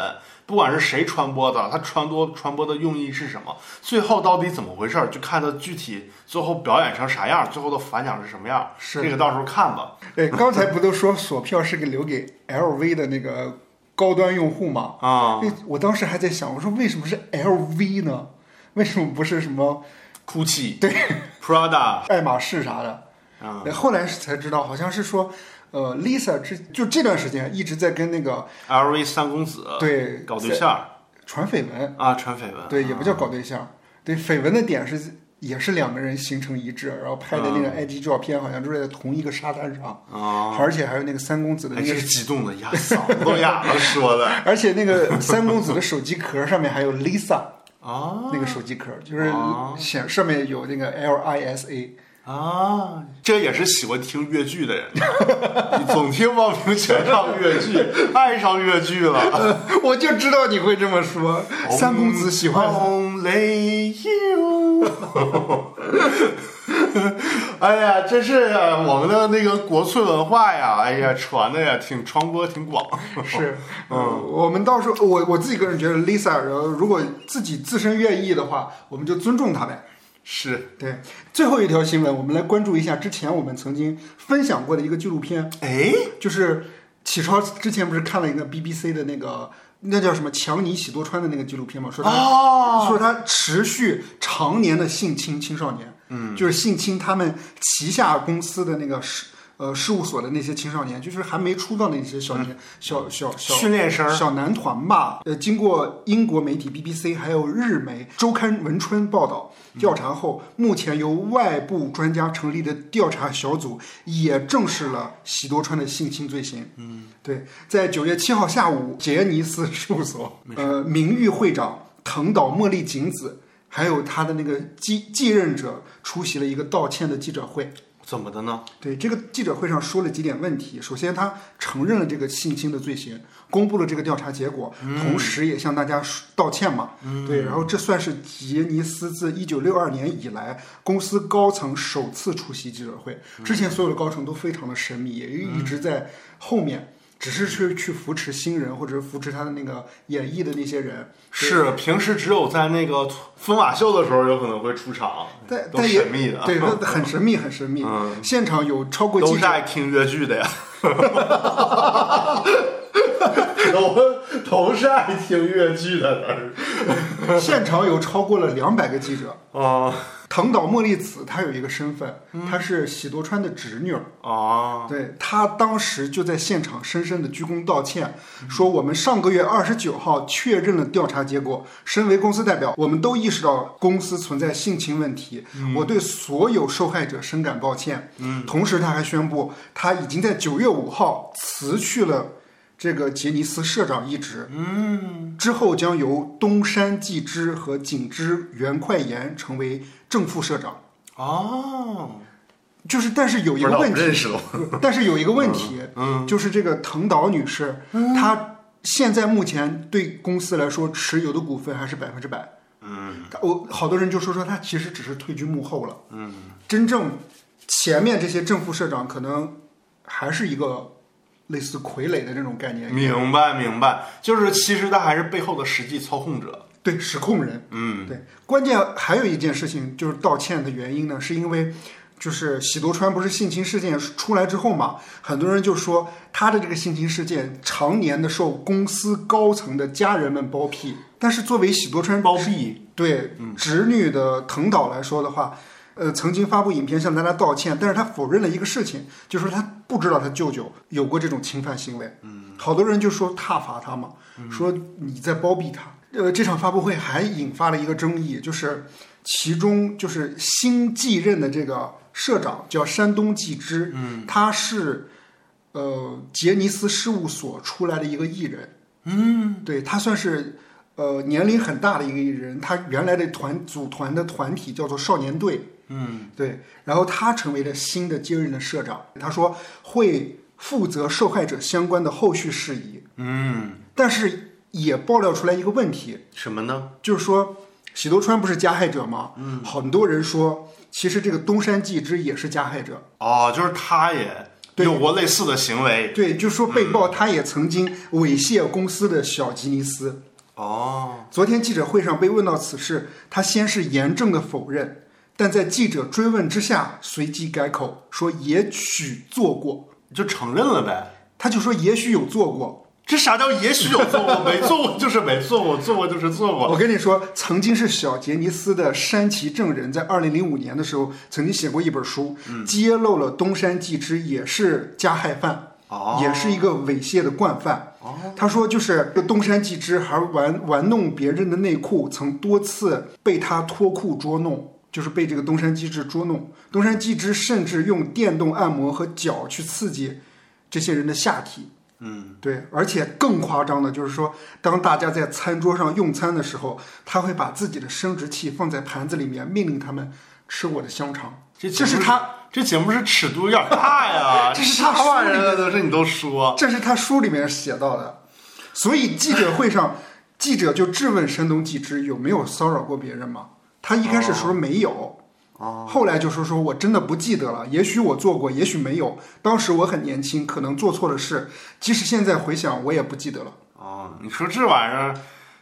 S2: 不管是谁传播的，他传播传播的用意是什么，最后到底怎么回事儿，就看他具体最后表演成啥样，最后的反响是什么样，
S1: 是
S2: 这个到时候看吧。
S1: 哎，刚才不都说索票是给留给 LV 的那个高端用户吗？
S2: 啊、
S1: 那我当时还在想，我说为什么是 LV 呢？为什么不是什么
S2: 哭泣，对，Prada
S1: 爱马仕啥的？
S2: 啊、
S1: 对后来是才知道，好像是说，呃，Lisa 之就这段时间一直在跟那个
S2: l v 三公子，，
S1: 对
S2: 呃搞对
S1: 在
S2: 象
S1: 传绯闻，
S2: 啊，传绯闻，
S1: 对，也不叫搞对象，对，绯闻的点是也是两个人形成一致，然后拍的那个 IG 照片好像都是在同一个沙滩上，
S2: 啊，
S1: 而且还有那个三公子的
S2: 哎，
S1: 那
S2: 这
S1: 个
S2: 是激动的呀，嗓子都哑了，说的
S1: 而且那个三公子的手机壳上面还有 Lisa
S2: 啊
S1: 那个手机壳，就是
S2: 哦
S1: 显上面有那个 L I S A。
S2: 啊，这也是喜欢听越剧的人，你总听汪明荃唱越剧，爱上越剧了。
S1: 我就知道你会这么说，
S2: 哦
S1: 三公子喜欢。
S2: Only You 哎呀，真是啊我们的那个国粹文化呀，哎呀，传的呀，挺传播挺广。
S1: 是，嗯，我们到时候我我自己个人觉得 Lisa，然后如果自己自身愿意的话，我们就尊重她呗。
S2: 是，
S1: 对，最后一条新闻，我们来关注一下之前我们曾经分享过的一个纪录片，
S2: 哎，
S1: 就是启超之前不是看了一个 BBC 的那个那叫什么强尼喜多川的那个纪录片嘛，说他、说他持续常年的性侵青少年，嗯，就是性侵他们旗下公司的那个事呃事务所的那些青少年，就是还没出道的那些小年、小小小
S2: 训练生儿
S1: 小男团吧。呃，经过英国媒体 BBC 还有日媒周刊《文春》报道调查后，目前由外部专家成立的调查小组也证实了喜多川的性侵罪行。嗯，对，在九月七号下午，杰尼斯事务所呃名誉会长藤岛茉莉景子。还有他的那个继继任者出席了一个道歉的记者会，
S2: 怎么的呢？
S1: 对这个记者会上说了几点问题。首先，他承认了这个性侵的罪行，公布了这个调查结果，
S2: 嗯
S1: 同时也向大家说道歉嘛。对，然后这算是杰尼斯自一九六二年以来公司高层首次出席记者会。
S2: 嗯
S1: 之前所有的高层都非常的神秘，也一直在后面，只是去去扶持新人或者扶持他的那个演艺的那些人。
S2: 是平时只有在那个疯马秀的时候有可能会出场，
S1: 但
S2: 都
S1: 但也
S2: 神秘的， 嗯
S1: 对，那很神秘，很神秘。现场有超过
S2: 都
S1: 记
S2: 是
S1: 者
S2: 爱听越剧 的呀。我都是爱听越剧的人
S1: 现场有超过了两百个记者。
S2: 啊
S1: 藤岛茉莉子她有一个身份，她是喜多川的侄女儿。
S2: 啊！
S1: 对她当时就在现场深深的鞠躬道歉，说我们上个月二十九号确认了调查结果。身为公司代表，我们都意识到公司存在性侵问题，我对所有受害者深感抱歉。嗯，同时她还宣布，她已经在九月五号辞去了这个杰尼斯社长一职。之后将由东山纪之和景之原快彦成为正副社长。
S2: 哦，
S1: 就是，但是有
S2: 不
S1: 一
S2: 知
S1: 个
S2: 道嗯
S1: 问
S2: 不认
S1: 题，
S2: 识了。
S1: 但是有一个问题，就是这个藤岛女士，她现在目前对公司来说持有的股份还是百分之百。嗯，我好多人就说说她其实只是退居幕后了。嗯，真正前面这些正副社长可能还是一个类似傀儡的这种概念，
S2: 明白明白，就是其实他还是背后的实际操控者。
S1: 对，实控人。
S2: 嗯，
S1: 对，关键还有一件事情就是道歉的原因呢，是因为就是喜多川不是性侵事件出来之后嘛，很多人就说他的这个性侵事件常年的受公司高层的家人们包庇，但是作为喜多川
S2: 包庇嗯
S1: 对侄女的藤岛来说的话。呃，曾经发布影片向大家道歉，但是他否认了一个事情，就是他不知道他舅舅有过这种侵犯行为。嗯，好多人就说挞伐他嘛，说你在包庇他。呃，这场发布会还引发了一个争议，就是其中就是新继任的这个社长叫山东纪之，嗯，他是呃杰尼斯事务所出来的一个艺人，嗯，对他算是呃年龄很大的一个艺人，他原来的团组团的团体叫做少年队，嗯，对，然后他成为了新的接任的社长，他说会负责受害者相关的后续事宜，嗯，但是也爆料出来一个问题，
S2: 什么呢？
S1: 就是说喜多川不是加害者吗？嗯，很多人说其实这个东山纪之也是加害者，
S2: 哦，就是他也
S1: 对
S2: 有过类似的行为。
S1: 对，就说被曝他也曾经猥亵公司的小吉尼斯，
S2: 哦，
S1: 昨天记者会上被问到此事，他先是严正的否认，但在记者追问之下，随即改口说也许做过，
S2: 就承认了呗。
S1: 他就说也许有做过。
S2: 这啥叫也许有做过，没做过就是没做过，做过就是做过。
S1: 我跟你说，曾经是小杰尼斯的山崎正人，在二零零五年的时候，曾经写过一本书，揭露了东山纪之也是加害犯，
S2: 哦
S1: 也是一个猥亵的惯犯。他说，就是东山纪之还玩玩弄别人的内裤，曾多次被他脱裤捉弄，就是被这个东山纪之捉弄。东山纪之甚至用电动按摩和脚去刺激这些人的下体。对，而且更夸张的就是说，当大家在餐桌上用餐的时候，他会把自己的生殖器放在盘子里面，命令他们吃我的香肠。
S2: 这
S1: 这是他，
S2: 这节目是尺度有点大 呀，
S1: 这是他
S2: 啥玩意
S1: 说
S2: 儿
S1: 的
S2: 啊？都是你都说，
S1: 这是他书里面写到的。所以记者会上，记者就质问山东纪之有没有骚扰过别人嘛？他一开始说没有，后来就说说我真的不记得了，也许我做过，也许没有。当时我很年轻，可能做错了事，即使现在回想，我也不记得了。
S2: 哦，你说这玩意儿，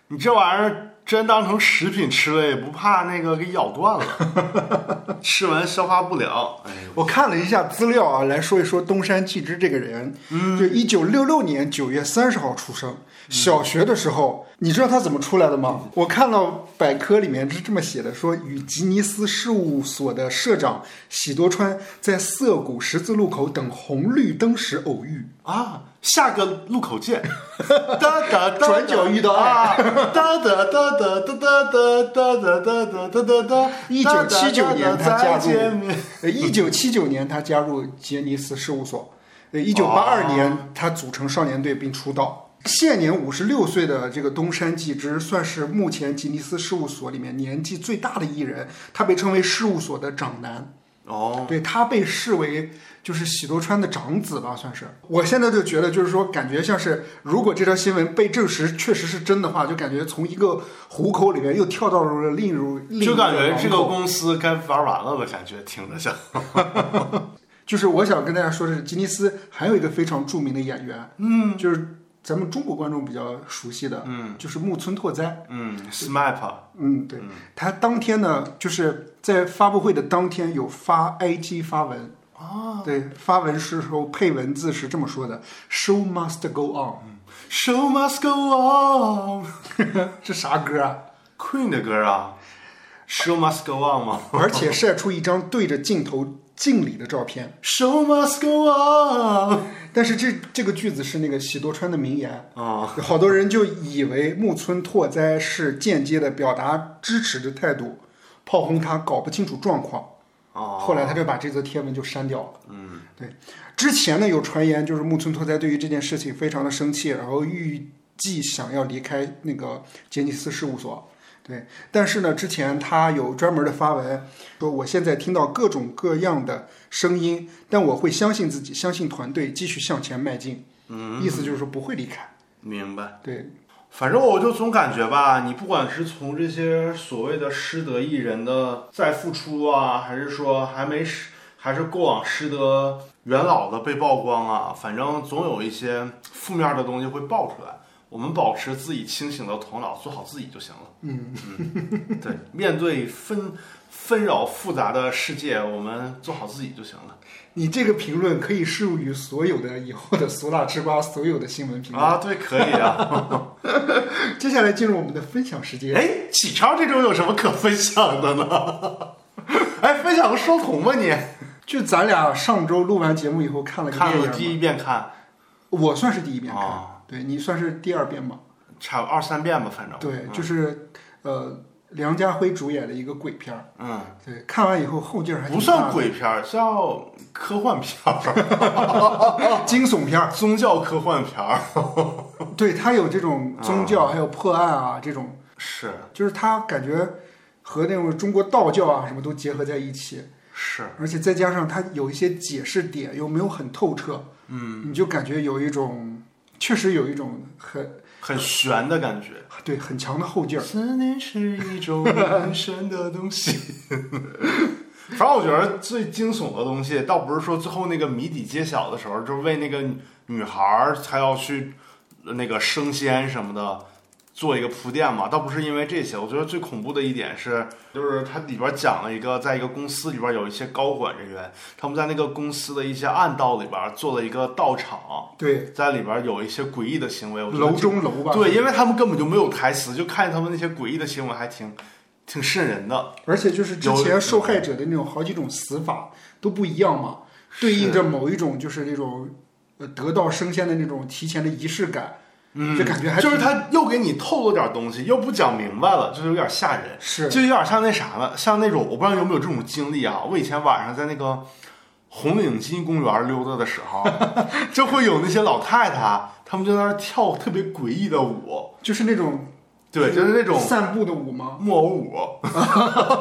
S2: 你这玩意儿真当成食品吃了，也不怕那个给咬断了， 吃完消化不良。哎呦，
S1: 我看了一下资料啊，来说一说东山纪之这个人。嗯，就一九六六年九月三十号出生，小学的时候，你知道他怎么出来的吗？我看到百科里面是这么写的，说与吉尼斯事务所的社长喜多川在涩谷十字路口等红绿灯时偶遇。
S2: 啊，下个路口 见，哒哒哒，
S1: 转角遇到爱
S2: 啊，哒哒哒哒哒哒哒哒哒哒哒哒哒哒。
S1: 1979年他加入
S2: 再见面
S1: 呃，一九七九年他加入杰尼斯事务所，呃，一九八二
S2: 哦
S1: 年他组成少年队并出道。现年五十六岁的这个东山纪之，算是目前吉尼斯事务所里面年纪最大的艺人，他被称为事务所的长男。
S2: 哦，
S1: 对他被视为就是喜多川的长子吧，算是。我现在就觉得，就是说，感觉像是如果这条新闻被证实确实是真的话，就感觉从一个虎口里面又跳到了另一
S2: 就感觉
S1: 另一
S2: 这
S1: 狼
S2: 个
S1: 口
S2: 公司该玩完了的感觉，听着像。
S1: 就是我想跟大家说的是，吉尼斯还有一个非常著名的演员，嗯，就是咱们中国观众比较熟悉的，嗯，就是木村拓哉，
S2: 嗯，SMAP
S1: 嗯，对，他当天呢，就是在发布会的当天有发 IG 发文。哦，对，发文是时候配文字是这么说的：“Show must go on。
S2: Show must go on，”
S1: 这啥歌啊？
S2: Queen 的歌啊，Show must go on 吗
S1: 而且晒出一张对着镜头敬礼的照片。
S2: ？Show must go on
S1: 但是这这个句子是那个喜多川的名言，
S2: 啊，
S1: 好多人就以为木村拓哉是间接的表达支持的态度，炮轰他搞不清楚状况。
S2: 哦
S1: 后来他就把这则贴文就删掉了。嗯，对。之前呢有传言就是木村拓哉对于这件事情非常的生气，然后预计想要离开那个杰尼斯事务所。对，但是呢，之前他有专门的发文说，我现在听到各种各样的声音，但我会相信自己，相信团队，继续向前迈进。嗯，意思就是说不会离开。
S2: 明白。
S1: 对，
S2: 反正我就总感觉吧，你不管是从这些所谓的失德艺人的再付出啊，还是说还没失，还是过往失德元老的被曝光啊，反正总有一些负面的东西会爆出来。我们保持自己清醒的头脑，做好自己就行了。
S1: 嗯
S2: 嗯，对，面对纷纷扰复杂的世界，我们做好自己就行了。
S1: 你这个评论可以适用于所有的以后的 俗辣吃瓜，所有的新闻评论。
S2: 啊，对，可以啊。
S1: 接下来进入我们的分享时间。
S2: 哎，启超这种有什么可分享的呢？ 哎，分享个双瞳吧你。
S1: 就咱俩上周录完节目以后看了个
S2: 看
S1: 电
S2: 了
S1: 影
S2: 第
S1: 嘛，
S2: 一遍看，
S1: 我算是第一遍看，
S2: 哦
S1: 对你算是第二遍吧？
S2: 差不多二三遍吧，反正。
S1: 对，
S2: 嗯
S1: 就是呃，梁家辉主演的一个鬼片儿，
S2: 嗯，
S1: 对，看完以后后劲儿还挺
S2: 不
S1: 大
S2: 算
S1: 的，
S2: 鬼片儿，叫科幻片 儿，
S1: 哦
S2: 哦
S1: 惊悚片儿，
S2: 宗教科幻片儿。
S1: 对它有这种
S2: 啊
S1: 宗教还有破案啊这种，
S2: 是
S1: 就是它感觉和那种中国道教啊什么都结合在一起，
S2: 是，
S1: 而且再加上它有一些解释点又没有很透彻，嗯，你就感觉有一种确实有一种很
S2: 很悬的感觉。
S1: 对很强的后劲儿。
S2: 思念是一种很深的东西。 反正我觉得最惊悚的东西，倒不是说最后那个谜底揭晓的时候，就是为那个女孩儿她要去呃那个升仙什么的做一个铺垫嘛，倒不是因为这些。我觉得最恐怖的一点是，就是它里边讲了一个，在一个公司里边有一些高管人员，他们在那个公司的一些暗道里边做了一个道场，
S1: 对，
S2: 在里边有一些诡异的行为。我觉得
S1: 楼
S2: 这
S1: 中楼吧。，
S2: 对，因为他们根本就没有台词，就看见他们那些诡异的行为，还挺挺瘆人的。
S1: 而且就是之前受害者的那种好几种死法都不一样嘛，对应着某一种就是那种呃得道升仙的那种提前的仪式感，嗯，就感觉还
S2: 就是
S1: 挺
S2: 他又给你透露点东西，又不讲明白了，就是有点吓人，
S1: 是
S2: 就有点像那啥了，像那种我不知道有没有这种经历啊。我以前晚上在那个红领巾公园溜达的时候， 就会有那些老太太，她们就在那儿跳特别诡异的舞，
S1: 就是那种
S2: 对，就是那种
S1: 散步的舞吗？
S2: 木偶舞，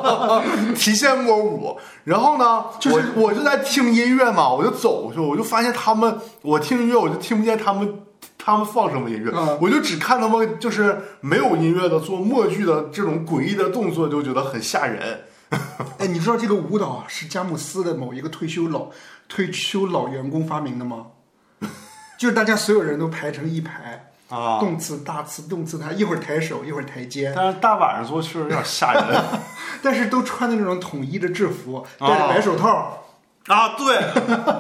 S2: 提线木偶舞。然后呢，
S1: 就是
S2: 我我就在听音乐嘛，我就走过去，我就发现他们，我听音乐我就听不见他们他们放什么音乐，
S1: 嗯
S2: 我就只看他们就是没有音乐的做默剧的这种诡异的动作，就觉得很吓人。
S1: 哎，你知道这个舞蹈是佳木斯的某一个退休老退休老员工发明的吗？ 就是大家所有人都排成一排，
S2: 啊，
S1: 动次打次，动次打，一会儿抬手，一会儿抬肩，
S2: 但是大晚上做确实有点吓人
S1: 但是都穿的那种统一的制服，戴着白手套。
S2: 啊，对，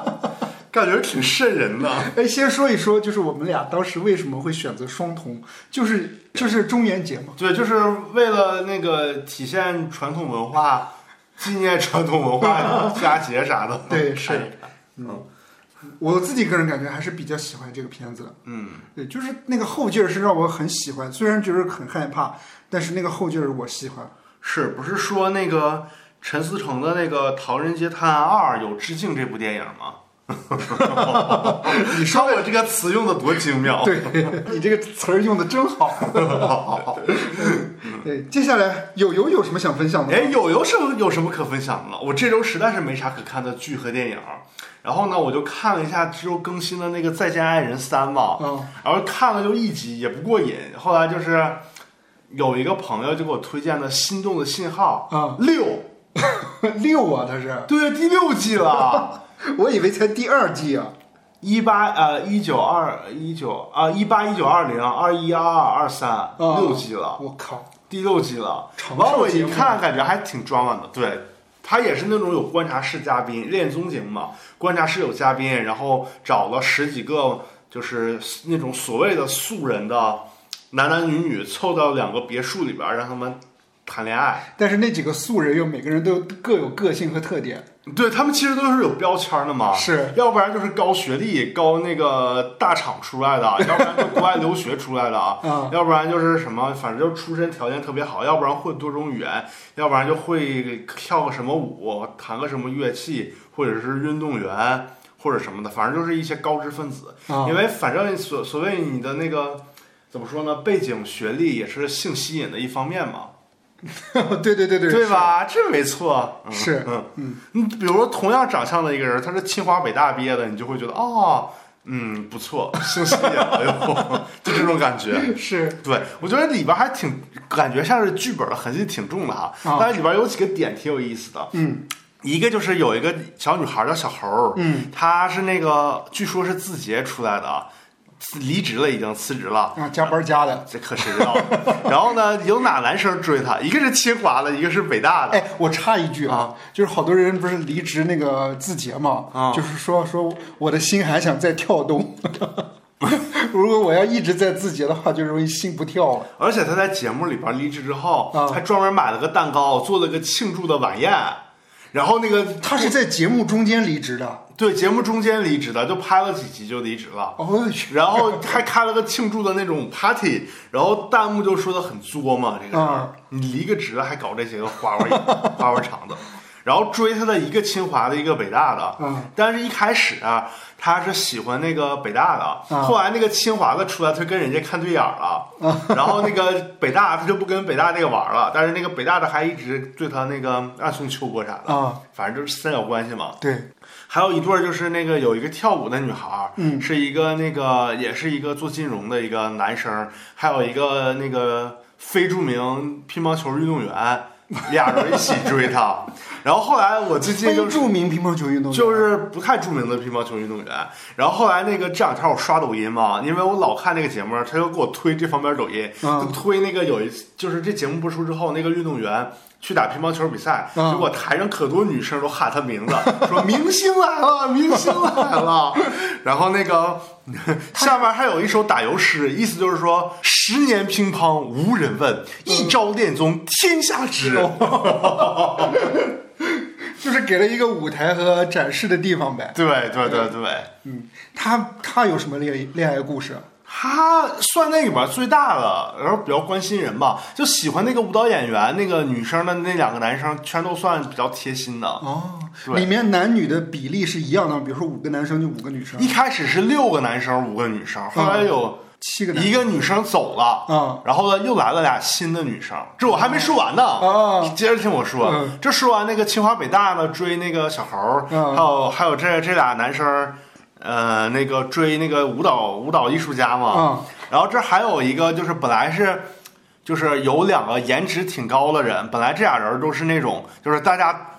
S2: 感觉挺瘆人的。
S1: 哎，先说一说，就是我们俩当时为什么会选择双瞳，就是就是中元节嘛。
S2: 对，就是为了那个体现传统文化、纪念传统文 化佳节啥的。嗯
S1: 对是
S2: 看一看嗯
S1: 我自己个人感觉还是比较喜欢这个片子的。
S2: 嗯，
S1: 对，就是那个后劲儿是让我很喜欢，虽然觉得很害怕，但是那个后劲儿我喜欢。
S2: 是不是说那个陈思诚的那个《唐人街探案二》有致敬这部电影吗？
S1: 你
S2: 你看
S1: 说
S2: 我这个词 用的多精妙。
S1: 对，你这个词儿用的真好。对，接下来友友有什么想分享的吗？
S2: 哎，有有什么有什么可分享的了？我这周实在是没啥可看的剧和电影，然后呢，我就看了一下这周更新的那个《再见爱人三》嘛，
S1: 嗯
S2: 然后看了就一集也不过瘾，后来就是有一个朋友就给我推荐的《心动的信号》
S1: 啊，
S2: 六，
S1: 六啊，他是，
S2: 对，第六季了，
S1: 我以为才第二季啊。
S2: 一八呃一九二一九啊一八一九二零二一二二二三
S1: 啊
S2: 六季了。
S1: 我靠，
S2: 第六季了，
S1: 长
S2: 完
S1: 寿
S2: 哦我
S1: 节
S2: 一
S1: 目
S2: 看感觉还挺抓马的，对。他也是那种有观察室嘉宾，恋综节目嘛，观察室有嘉宾，然后找了十几个就是那种所谓的素人的男男女女，凑到两个别墅里边儿，让他们谈恋爱。
S1: 但是那几个素人又每个人都有各有个性和特点，
S2: 对他们其实都是有标签的嘛，
S1: 是
S2: 要不然就是高学历、高那个大厂出来的，要不然就国外留学出来的啊，
S1: 嗯
S2: 要不然就是什么，反正就出身条件特别好，要不然会多种语言，要不然就会跳个什么舞、弹个什么乐器，或者是运动员或者什么的，反正就是一些高知分子。
S1: 啊
S2: 因为反正所所谓你的那个怎么说呢，背景、学历也是性吸引的一方面嘛，
S1: 啊 对对对对，
S2: 对吧？这没错，嗯
S1: 是？是，
S2: 嗯
S1: 嗯，
S2: 你比如说同样长相的一个人，他是清华北大毕业的，你就会觉得哦，嗯，不错，姓谢，哎呦， 就这种感觉。
S1: 是
S2: 对，我觉得里边还挺感觉像是剧本的痕迹挺重的哈，
S1: 啊
S2: 但是里边有几个点挺有意思的。
S1: 嗯，
S2: 一个就是有一个小女孩叫小猴儿，
S1: 嗯，
S2: 她是那个据说是字节出来的，啊离职了已经辞职了。
S1: 啊，加班加的。
S2: 这可谁知道？然后呢， 有哪男生追她？一个是清华的，一个是北大的。
S1: 哎，我插一句啊
S2: 啊，
S1: 就是好多人不是离职那个字节嘛，
S2: 啊
S1: 就是说说我的心还想再跳动， 如果我要一直在字节的话，就容易心不跳了。
S2: 而且他在节目里边离职之后，
S1: 啊
S2: 还专门买了个蛋糕，做了个庆祝的晚宴。然后那个
S1: 他是在节目中间离职的，
S2: 对节目中间离职的，就拍了几集就离职了。
S1: 哦，我去，
S2: 然后还开了个庆祝的那种 party，然后弹幕就说的很作嘛，这个人、
S1: 啊
S2: 你离个职了还搞这些个花花花花肠子。然后追他的一个清华的，一个北大的，
S1: 嗯
S2: 但是一开始啊，他是喜欢那个北大的，
S1: 啊
S2: 后来那个清华的出来，他跟人家看对眼儿了，然后那个北大他就不跟北大那个玩儿了，但是那个北大的还一直对他那个暗送秋波啥的，
S1: 啊
S2: 反正就是三角关系嘛，
S1: 对，
S2: 还有一对儿就是那个有一个跳舞的女孩儿，
S1: 嗯
S2: 是一个那个也是一个做金融的一个男生，还有一个那个非著名乒乓球运动员，俩人一起追她。然后后来我最近
S1: 非
S2: 就是
S1: 著名乒乓球运动员，
S2: 就是不太著名的乒乓球运动员。然后后来那个这两天我刷抖音嘛，因为我老看那个节目，他就给我推这方面抖音，
S1: 嗯
S2: 就推那个有一就是这节目播出之后，那个运动员。去打乒乓球比赛，
S1: 嗯
S2: 结果台上可多女生都喊他名字，说明星来了，明星来了。然后那个下面还有一首打油诗，意思就是说：十年乒乓无人问，一
S1: 嗯
S2: 朝恋综天下知。
S1: 哦就是给了一个舞台和展示的地方呗。
S2: 对对对对，
S1: 嗯，他他有什么恋恋爱故事啊？
S2: 他算那里边最大的，然后比较关心人吧，就喜欢那个舞蹈演员，那个女生的那两个男生，全都算比较贴心的。
S1: 哦，
S2: 对
S1: 里面男女的比例是一样的，比如说五个男生就五个女生
S2: 一，开始是六个男生，五个女生，后来有
S1: 七嗯个男
S2: 一个女生走了，
S1: 嗯
S2: 然后呢又来了俩新的女生，这我还没说完呢，
S1: 啊
S2: 接着听我说。
S1: 嗯
S2: 这说完那个清华北大呢追那个小猴儿，
S1: 嗯
S2: 还有还有这这俩男生，呃，那个追那个舞蹈舞蹈艺术家嘛，
S1: 啊
S2: 然后这还有一个就是本来是。就是有两个颜值挺高的人，本来这俩人都是那种，就是大家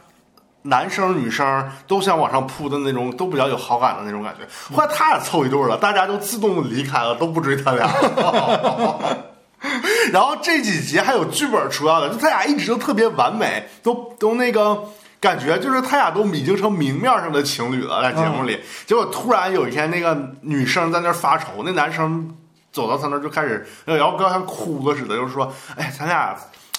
S2: 男生女生都想往上扑的那种，都比较有好感的那种感觉。后来他俩凑一对儿了，大家都自动离开了，都不追他俩了。 然后这几集还有剧本出来了，就他俩一直都特别完美，都都那个感觉就是他俩都已经成明面上的情侣了，在节目里。结果突然有一天，那个女生在那儿发愁，那男生走到他那儿就开始摇摇哥像哭了似的，就是说：“哎，咱俩。”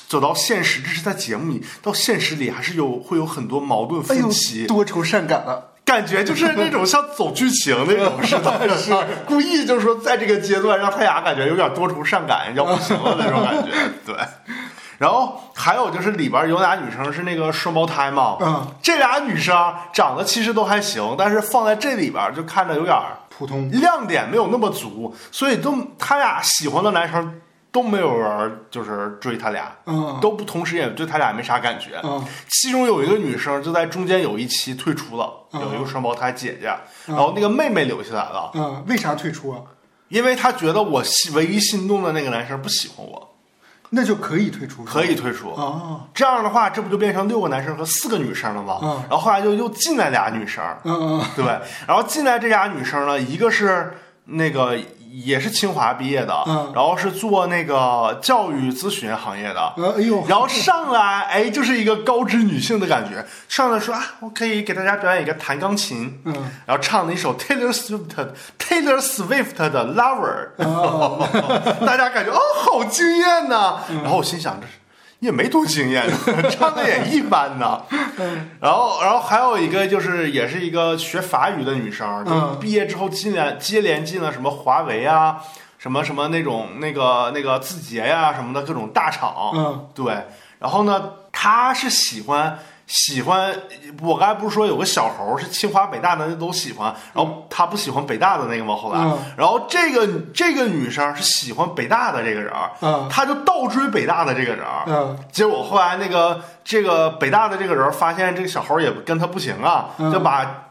S2: 走到现实，这是在节目里，到现实里还是有会有很多矛盾
S1: 哎呦
S2: 分歧，，
S1: 多愁善感啊了。
S2: 感觉就是那种像走剧情那种似的，哎 是故意就是说在这个阶段让他俩感觉有点多愁善感要不行了那种 感觉，对。然后还有就是里边有俩女生是那个双胞胎嘛，
S1: 嗯，
S2: 这俩女生啊长得其实都还行，但是放在这里边就看着有点儿
S1: 普通
S2: 亮点没有那么足，所以都他俩喜欢的男生都没有人就是追他俩，
S1: 嗯
S2: 都不同时也对他俩没啥感觉。
S1: 嗯
S2: 其中有一个女生就在中间有一期退出了，
S1: 嗯
S2: 有一个双胞胎姐姐，然后那个妹妹留下来了，
S1: 嗯，为啥退出啊？
S2: 因为她觉得我心唯一心动的那个男生不喜欢我，
S1: 那就可以退出，
S2: 可以退出。
S1: 啊，
S2: 这样的话，这不就变成六个男生和四个女生了吗？
S1: 嗯
S2: 然后后来就又进来俩女生，
S1: 嗯嗯
S2: 对，然后进来这俩女生呢，一个是那个也是清华毕业的，
S1: 嗯
S2: 然后是做那个教育咨询行业的，
S1: 嗯，哎呦，
S2: 然后上来哎就是一个高知女性的感觉，上来说啊，我可以给大家表演一个弹钢琴，
S1: 嗯
S2: 然后唱了一首 Taylor Swift Taylor Swift 的 Lover，、大
S1: 啊
S2: 家感觉哦好惊艳呐、然后我心想这是。也没多惊艳，唱的也一般呐。然后，然后还有一个就是，也是一个学法语的女生，就
S1: 嗯
S2: 毕业之后进来接连进了什么华为啊，什么什么那种那个那个字节呀、什么的各种大厂。
S1: 嗯
S2: 对，然后呢，她是喜欢喜欢，我刚才不是说有个小猴是清华北大的都喜欢，然后她不喜欢北大的那个吗？后来，
S1: 嗯
S2: 然后这个这个女生是喜欢北大的这个人儿，
S1: 嗯
S2: 她就倒追北大的这个人儿，
S1: 嗯
S2: 结果后来那个这个北大的这个人发现这个小猴也跟他不行啊，
S1: 嗯
S2: 就把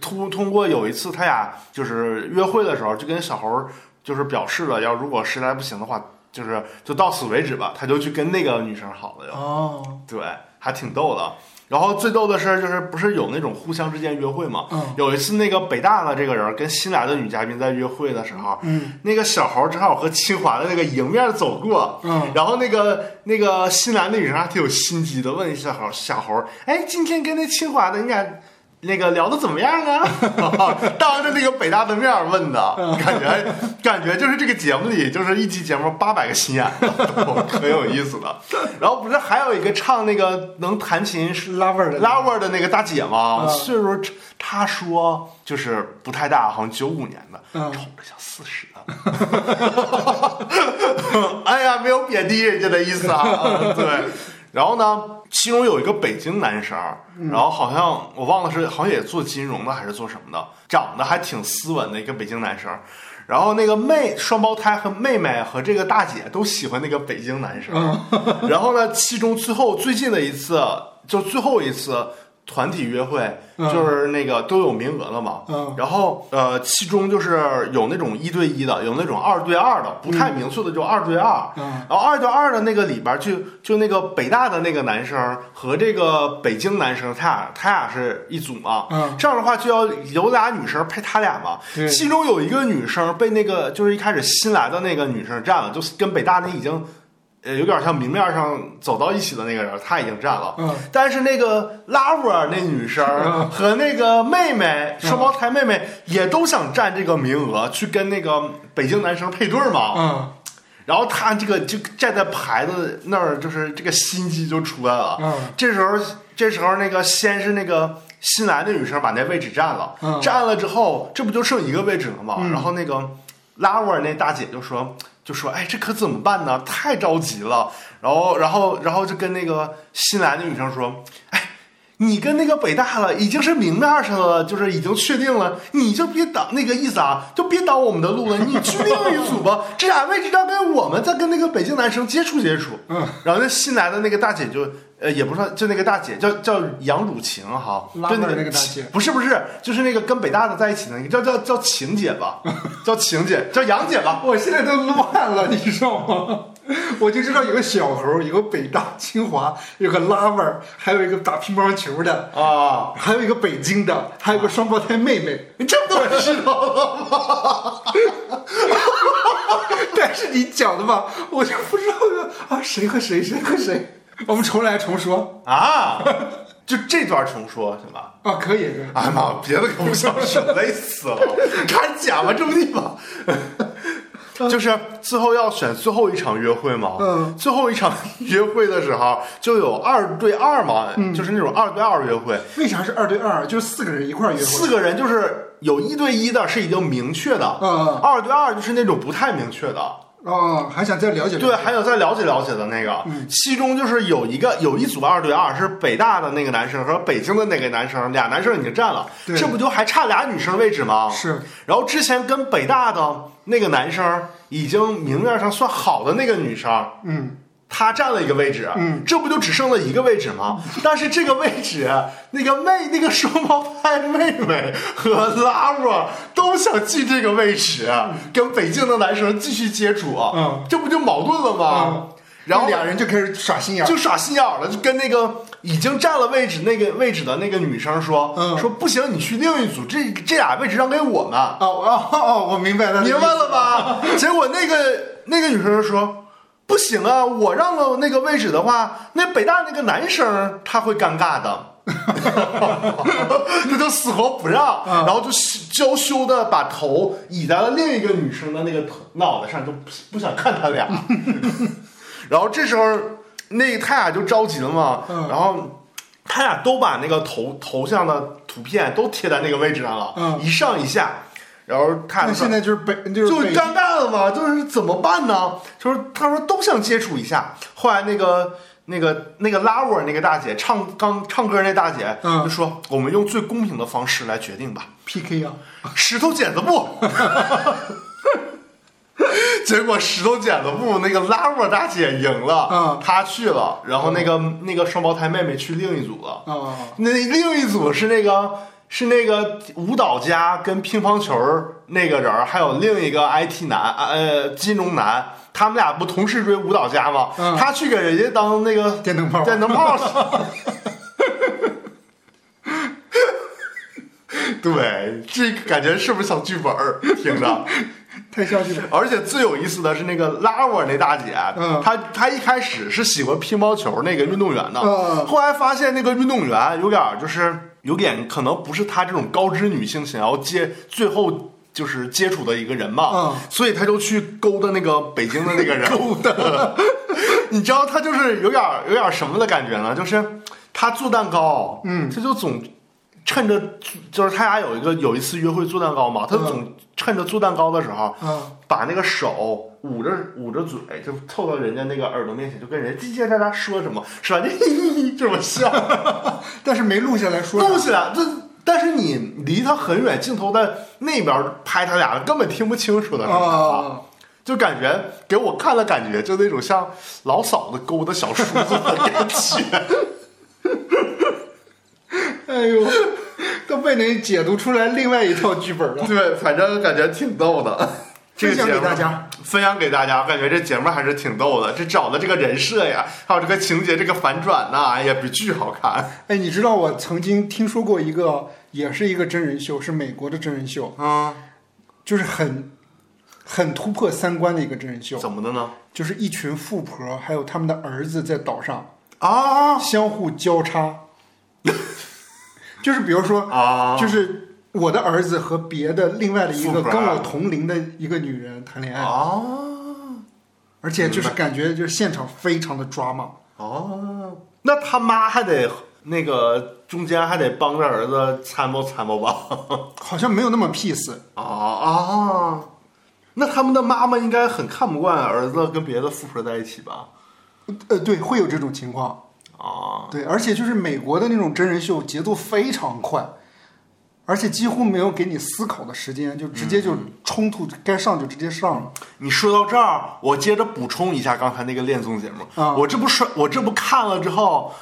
S2: 通通过有一次他俩就是约会的时候，就跟小猴就是表示了，要如果实在不行的话，就是就到此为止吧，他就去跟那个女生好了又，
S1: 哦，
S2: 对，还挺逗的。然后最逗的是，就是不是有那种互相之间约会嘛？
S1: 嗯
S2: 有一次那个北大的这个人跟新来的女嘉宾在约会的时候，
S1: 嗯
S2: 那个小猴正好和清华的那个迎面走过，
S1: 嗯
S2: 然后那个那个新来的女生还挺有心机的，问一下小猴小猴，哎，今天跟那清华的你俩那个聊的怎么样啊？ 当着那个北大的面儿问的，感觉感觉就是这个节目里就是一集节目八百个心眼， 很有意思的。然后不是还有一个唱那个能弹琴
S1: 是
S2: 是
S1: 拉味儿的，
S2: Lover 的那个大姐嘛，
S1: 嗯
S2: 岁数她说就是不太大，好像九五年的，
S1: 嗯
S2: 瞅着像四十的。 哎呀，没有贬低人家的意 思啊。嗯对，然后呢，其中有一个北京男生，
S1: 嗯
S2: 然后好像我忘了是好像也做金融的还是做什么的，长得还挺斯文的一个北京男生。然后那个妹双胞胎和妹妹和这个大姐都喜欢那个北京男生，
S1: 嗯
S2: 然后呢，其中最后最近的一次，就最后一次团体约会，
S1: 嗯
S2: 就是那个都有名额了嘛。
S1: 嗯
S2: 然后呃，其中就是有那种一对一的，有那种二对二的，不太明确的就二对二。
S1: 嗯
S2: 然后二对二的那个里边儿就就那个北大的那个男生和这个北京男生，他俩他俩是一组嘛。
S1: 嗯
S2: 这样的话就要留俩女生配他俩嘛。
S1: 对
S2: 其中有一个女生被那个就是一开始新来的那个女生占了，就是跟北大那已经。呃，有点像明面上走到一起的那个人，他已经占了。
S1: 嗯
S2: 但是那个拉沃尔那女生
S1: 嗯
S2: 和那个妹妹、
S1: 嗯
S2: 双胞胎妹妹也都想占这个名额，去跟那个北京男生配对嘛。
S1: 嗯
S2: 然后他这个就站在牌子那儿，就是这个心机就出来了。
S1: 嗯
S2: 这时候，这时候那个先是那个新来的女生把那位置占了，
S1: 嗯
S2: 占了之后，这不就剩一个位置了吗？
S1: 嗯
S2: 然后那个拉沃尔那大姐就说。就说哎，这可怎么办呢？太着急了。然后，然后，然后就跟那个新来的女生说：“哎，你跟那个北大了，已经是明面上了，就是已经确定了，你就别挡那个意思啊，就别挡我们的路了，你去另一组吧。这俩位置让跟我们再跟那个北京男生接触接触。
S1: 嗯，
S2: 然后那新来的那个大姐就，呃，也不算，就那个大姐叫叫杨汝晴哈，
S1: 拉
S2: 就
S1: 面那个大姐
S2: 不是不是，就是那个跟北大的在一起的那个，叫叫叫晴姐吧，叫晴姐，叫杨姐吧。
S1: 我现在都乱了，你知道吗？ 我就知道有个小猴，有个北大、清华，有个拉味儿，还有一个打乒乓球的，
S2: 啊，
S1: 还有一个北京的，还有个双胞胎妹妹。
S2: 你这么多知道了吗？
S1: 但是你讲的吧，我就不知道啊，谁和谁，谁和谁。我们重来重说
S2: 啊，就这段重说行吧？
S1: 啊，可以。可以
S2: 哎呀妈，别的可不想说，累死了！看假吧，这不地方。 就是最后要选最后一场约会嘛，
S1: 嗯
S2: 最后一场约会的时候就有二对二嘛，
S1: 嗯
S2: 就是那种二对二约会，
S1: 为啥是二对二？啊就是四个人一块儿约会。
S2: 四个人就是有一对一的是已经明确的，
S1: 嗯嗯
S2: 二对二就是那种不太明确的，
S1: 哦，还想再了解了解
S2: 对，还有再了解了解的那个，
S1: 嗯
S2: 其中就是有一个有一组二对二是北大的那个男生和北京的那个男生，俩男生已经占了，
S1: 对
S2: 这不就还差俩女生位置吗？
S1: 是。
S2: 然后之前跟北大的那个男生已经明面上算好的那个女生，
S1: 嗯，
S2: 她占了一个位置，啊
S1: 嗯，
S2: 这不就只剩了一个位置吗？但是这个位置，啊那个妹， 那个双胞胎妹妹和拉布都想进这个位置，啊跟北京的男生继续接触，啊
S1: 嗯，
S2: 这不就矛盾了吗？
S1: 嗯
S2: 然后
S1: 俩人就开始耍心眼儿，
S2: 就耍心眼儿了，就跟那个已经占了位置那个位置的那个女生说，
S1: 嗯
S2: 说不行，你去另一组，这这俩位置让给我们，
S1: 哦哦哦，我明白了，
S2: 明白了吧？ 结果那个那个女生说。不行啊！我让了那个位置的话，那北大那个男生他会尴尬的， 他就死活不让，
S1: 嗯
S2: 然后就娇羞的把头倚在了另一个女生的那个头脑袋上，就不不想看 他俩。然后这时候那他俩就着急了嘛，
S1: 嗯
S2: 然后他俩都把那个头头像的图片都贴在那个位置上了，
S1: 嗯
S2: 一上一下。然后他俩
S1: 那
S2: 就
S1: 现在就是北，就是
S2: 就
S1: 北
S2: 尴尬了嘛，就是怎么办呢？就是他说都想接触一下，后来那个那个那个拉沃那个大姐唱刚唱歌那大姐、
S1: 嗯
S2: 就说，我们用最公平的方式来决定吧，
S1: PK 啊，
S2: 石头剪子布。 结果石头剪子布那个拉沃大姐赢了，
S1: 嗯
S2: 她去了，然后那个、那个双胞胎妹妹去另一组了，
S1: 哦，
S2: 那另一组是那个是那个舞蹈家跟乒乓球儿那个人儿，还有另一个 IT 男呃金融男，他们俩不同时追舞蹈家吗？
S1: 嗯
S2: 他去给人家当那个
S1: 电灯泡
S2: 电灯泡 了。 对，这个感觉是不是小剧本儿？听着，
S1: 太消极了，
S2: 而且最有意思的是那个拉我那大姐，
S1: 嗯
S2: 她她一开始是喜欢乒乓球那个运动员的，
S1: 嗯嗯
S2: 后来发现那个运动员有点儿就是有点可能不是她这种高知女性想要接最后。就是接触的一个人嘛，
S1: 嗯
S2: 所以她就去勾搭那个北京的那个 人，勾搭， 你知道她就是有点儿有点儿什么的感觉呢？就是她做蛋糕，
S1: 嗯
S2: 她就总趁着就是他俩有一个有一次约会做蛋糕嘛，他
S1: 嗯
S2: 总趁着做蛋糕的时候，
S1: 嗯
S2: 把那个手捂着捂着嘴，就凑到人家那个耳朵面前，就跟人家叽叽喳喳说什么，是吧？ 就这么笑，
S1: 但是没录下来说啥，
S2: 弄起来这。但是你离他很远，镜头在那边拍他俩，根本听不清楚的是啥
S1: 啊，
S2: 就感觉给我看了感觉，就那种像老嫂子勾搭小叔子的感觉。
S1: 哎呦，都被你解读出来另外一套剧本了，
S2: 对，反正感觉挺逗的。这个
S1: 分享给
S2: 节目
S1: 大家，
S2: 分享给大家，我感觉这节目还是挺逗的。这找的这个人设呀，还有这个情节、这个反转呐、哎呀，比剧好看。
S1: 哎，你知道我曾经听说过一个，也是一个真人秀，是美国的真人秀，
S2: 嗯，
S1: 就是很很突破三观的一个真人秀，
S2: 怎么的呢？
S1: 就是一群富婆还有他们的儿子在岛上
S2: 啊
S1: 相互交叉， 就是比如说，
S2: 啊，
S1: 就是我的儿子和别的另外的一
S2: 富
S1: 个
S2: 婆啊
S1: 跟我同龄的一个女人谈恋爱，
S2: 哦啊
S1: 而且就是感觉就是现场非常的抓马，
S2: 哦，那他妈还得那个中间还得帮着儿子参谋参谋吧？
S1: 好像没有那么 peace。
S2: 啊啊，那他们的妈妈应该很看不惯儿子跟别的富婆在一起吧？
S1: 呃，对，会有这种情况。
S2: 啊，
S1: 对，而且就是美国的那种真人秀，节奏非常快，而且几乎没有给你思考的时间，就直接
S2: 嗯
S1: 就冲突，该上就直接上了。
S2: 你说到这儿，我接着补充一下刚才那个恋综节目。
S1: 啊
S2: 我这不是我这不看了之后，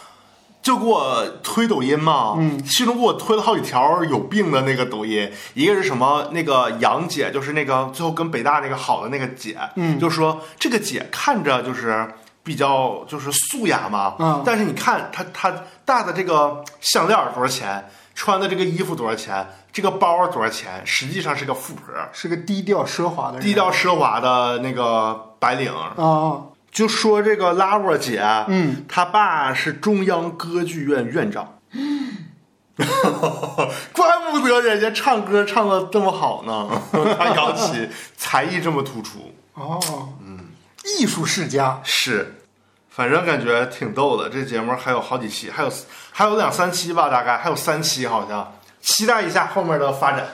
S2: 就给我推抖音嘛。嗯，其中给我推了好几条有病的那个抖音，一个是什么那个杨姐，就是那个最后跟北大那个好的那个姐，嗯，就说这个姐看着就是。比较就是素雅嘛，
S1: 嗯
S2: 但是你看她她戴的这个项链多少钱，穿的这个衣服多少钱，这个包多少钱，实际上是个富婆，
S1: 是个低调奢华的人，
S2: 低调奢华的那个白领，
S1: 啊，
S2: 就说这个拉沃姐，
S1: 嗯，
S2: 她爸是中央歌剧院院长， 怪不得人家唱歌唱的这么好呢，她姚琦才艺这么突出，
S1: 哦，嗯，艺术世家，
S2: 是，反正感觉挺逗的。这节目还有好几期，还有还有两三期吧，大概还有三期好像，期待一下后面的发展。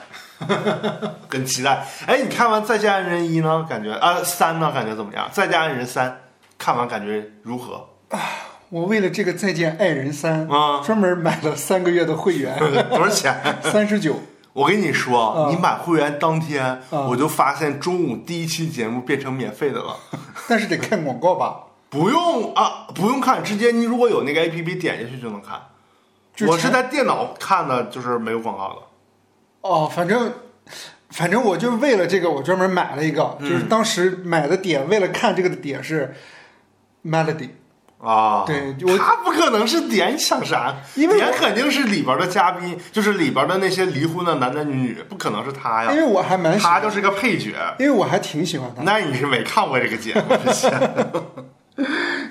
S2: 很期待。哎，你看完《再见爱人》一呢，感觉啊三呢，感觉怎么样？《再见爱人》三看完感觉如何？
S1: 我为了这个《再见爱人三》
S2: 啊
S1: 专门买了三个月的会员，
S2: 多少钱？
S1: 三十九。
S2: 我跟你说，
S1: 啊
S2: 你买会员当天，
S1: 啊
S2: 我就发现中午第一期节目变成免费的了。
S1: 但是得看广告吧？
S2: 不用啊，不用看，直接你如果有那个 A P P 点进去就能看。
S1: 之前
S2: 我是在电脑看的，就是没有广告的。
S1: 哦，反正反正我就是为了这个，我专门买了一个，
S2: 嗯
S1: 就是当时买的点，为了看这个的点是 Melody。
S2: 啊，
S1: 对我
S2: 他不可能是点，你想啥？
S1: 因为我
S2: 点肯定是里边的嘉宾，就是里边的那些离婚的男男女女，不可能是他
S1: 因为
S2: 呀，
S1: 我还蛮喜
S2: 啊他
S1: 欢，
S2: 就是个配角。
S1: 因为我还挺喜欢他，
S2: 那你是没看过这个节目 之前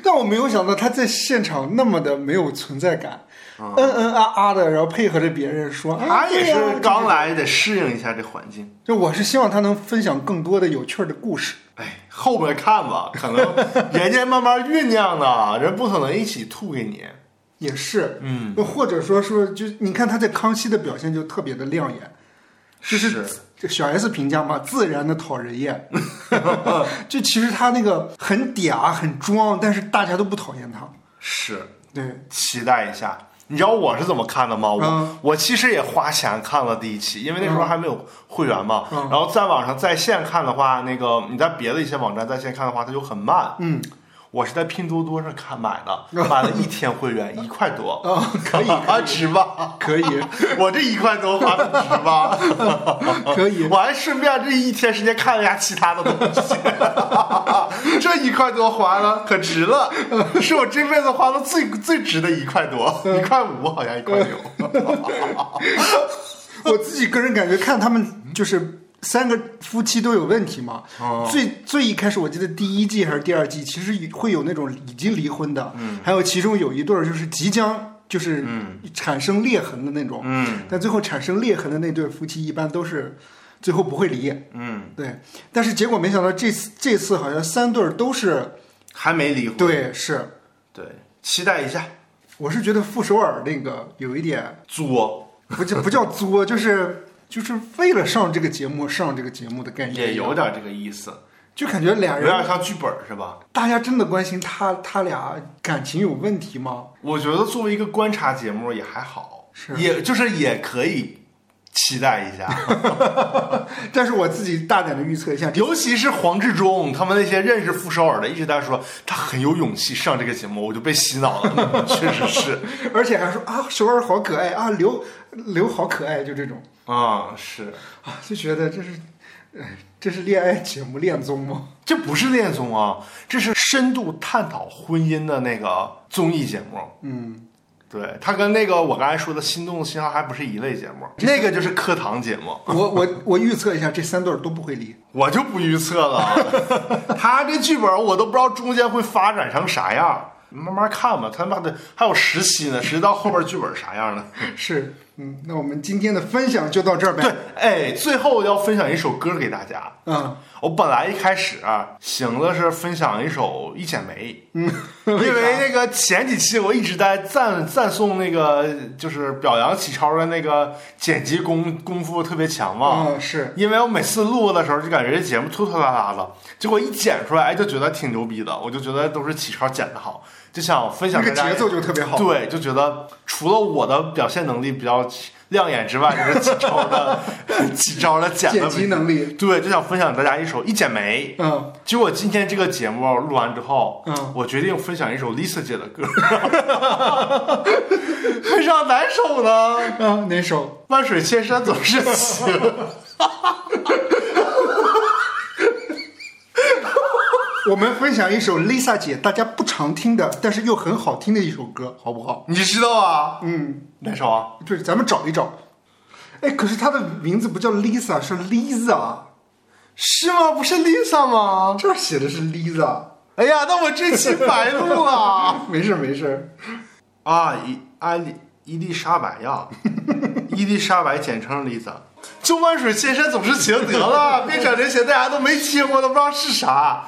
S1: 但我没有想到他在现场那么的没有存在感，嗯嗯啊啊的，然后配合着别人说，哎
S2: 他也
S1: 对呀
S2: 是刚来，得适应一下这环境。
S1: 就我是希望他能分享更多的有趣儿的故事。
S2: 哎，后面看吧，可能人家慢慢酝酿呢，人不可能一起吐给你。
S1: 也是，
S2: 嗯，
S1: 或者说说，就你看他在康熙的表现就特别的亮眼， 就是
S2: 是
S1: 这小 S 评价嘛，自然的讨人 厌。就其实他那个很嗲很装，但是大家都不讨厌他。
S2: 是，
S1: 对，
S2: 期待一下。你知道我是怎么看的吗？我、
S1: 嗯
S2: 我其实也花钱看了第一期，因为那时候
S1: 嗯
S2: 还没有会员嘛。
S1: 嗯
S2: 然后在网上在线看的话，那个你在别的一些网站在线看的话，它就很慢。
S1: 嗯，
S2: 我是在拼多多上看买的， 买了一天会员一块多，
S1: 啊、可以，
S2: 啊值吧？
S1: 可以，
S2: 我这一块多花的值吧？
S1: 可以，
S2: 我还顺便这一天时间看了一下其他的东西， 这一块多花了可值了，是我这辈子花的最最值的一块多，
S1: 嗯
S2: 一块五好像一块六。
S1: 我自己个人感觉，看他们就是三个夫妻都有问题嘛。最最一开始，我记得第一季还是第二季，其实也会有那种已经离婚的，还有其中有一对儿就是即将就是产生裂痕的那种，
S2: 嗯
S1: 但最后产生裂痕的那对夫妻一般都是最后不会离。
S2: 嗯，
S1: 对，但是结果没想到这次这次好像三对儿都是
S2: 还没离婚。
S1: 对，是，
S2: 对，期待一下。
S1: 我是觉得傅首尔那个有一点
S2: 作
S1: 不叫不叫作，就是就是为了上这个节目上这个节目的概念，
S2: 也有点这个意思，
S1: 就感觉俩
S2: 有点
S1: 人
S2: 像剧本是吧？
S1: 大家真的关心他他俩感情有问题吗？
S2: 我觉得作为一个观察节目也还好，
S1: 是
S2: 也就是也可以期待一下。
S1: 但是我自己大胆的预测一下，这
S2: 尤其是黄志忠，他们那些认识傅首尔的一直在说他很有勇气上这个节目，我就被洗脑了。确实是，
S1: 而且还说啊首尔好可爱啊刘刘好可爱，就这种
S2: 啊、是，
S1: 啊就觉得这是，哎这是恋爱节目恋综吗？
S2: 这不是恋综啊，这是深度探讨婚姻的那个综艺节目。
S1: 嗯，
S2: 对，它跟那个我刚才说的《心动的信号》还不是一类节目，那个就是课堂节目。
S1: 我我我预测一下，这三对儿都不会离。
S2: 我就不预测了，他这剧本我都不知道中间会发展成啥样，慢慢看吧。他妈的还有十期呢，谁知道后边剧本啥样呢？
S1: 是，嗯，那我们今天的分享就到这儿
S2: 对
S1: 呗。，
S2: 哎，最后要分享一首歌给大家。
S1: 嗯，
S2: 我本来一开始啊，想的是分享一首《一剪梅》，嗯，因为那个前几期我一直在赞赞颂那个，就是表扬启超的那个剪辑功功夫特别强嘛。
S1: 嗯，是，
S2: 因为我每次录的时候就感觉这节目拖拖拉拉的，结果一剪出来，哎，就觉得挺牛逼的，我就觉得都是启超剪的好，就想分
S1: 那
S2: 享
S1: 个
S2: 给大家。
S1: 节奏就特别好。
S2: 对，就觉得除了我的表现能力比较亮眼之外，就是几招的 几招的剪
S1: 剪
S2: 的
S1: 辑能力，
S2: 对，就想分享大家一首《一剪梅》。
S1: 嗯，
S2: 结果今天这个节目录完之后，
S1: 嗯
S2: 我决定分享一首 Lisa 姐的歌， 分享哪首呢？
S1: 啊，哪首？
S2: 万水千山总是情。
S1: 我们分享一首 Lisa 姐大家不常听的，但是又很好听的一首歌，好不好？
S2: 你知道啊？
S1: 嗯，
S2: 哪首啊？
S1: 对，咱们找一找。哎，可是她的名字不叫 Lisa，是 Lisa，
S2: 是吗？不是 Lisa 吗？
S1: 这儿写的是 Lisa。
S2: 哎呀，那我这期白录了。
S1: 没事没事，
S2: 啊，伊安丽伊丽莎白 呀，伊丽莎白简称 Lisa。就万水千山总是情得 了，别整这些大家都没听过，都不知道是啥。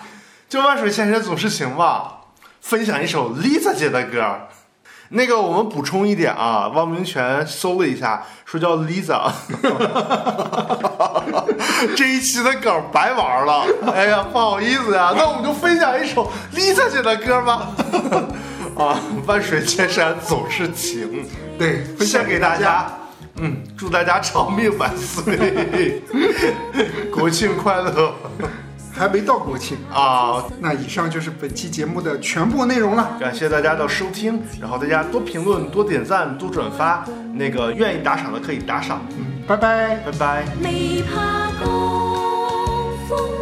S2: 就万水千山总是情吧，分享一首 Lisa 姐的歌。那个我们补充一点啊，汪明荃搜了一下，说叫 Lisa，这 一期的梗白玩了。哎呀，不好意思呀、那我们就分享一首 Lisa 姐的歌吧。 啊，万水千山总是情，
S1: 对，分享
S2: 献给大家。嗯，祝大家长命百岁， 国庆快乐
S1: 还没到国庆。
S2: 啊！
S1: 那以上就是本期节目的全部内容了。
S2: 感谢大家的收听，然后大家多评论、多点赞、多转发。那个愿意打赏的可以打赏，
S1: 拜拜。
S2: 拜拜。
S4: 未怕江风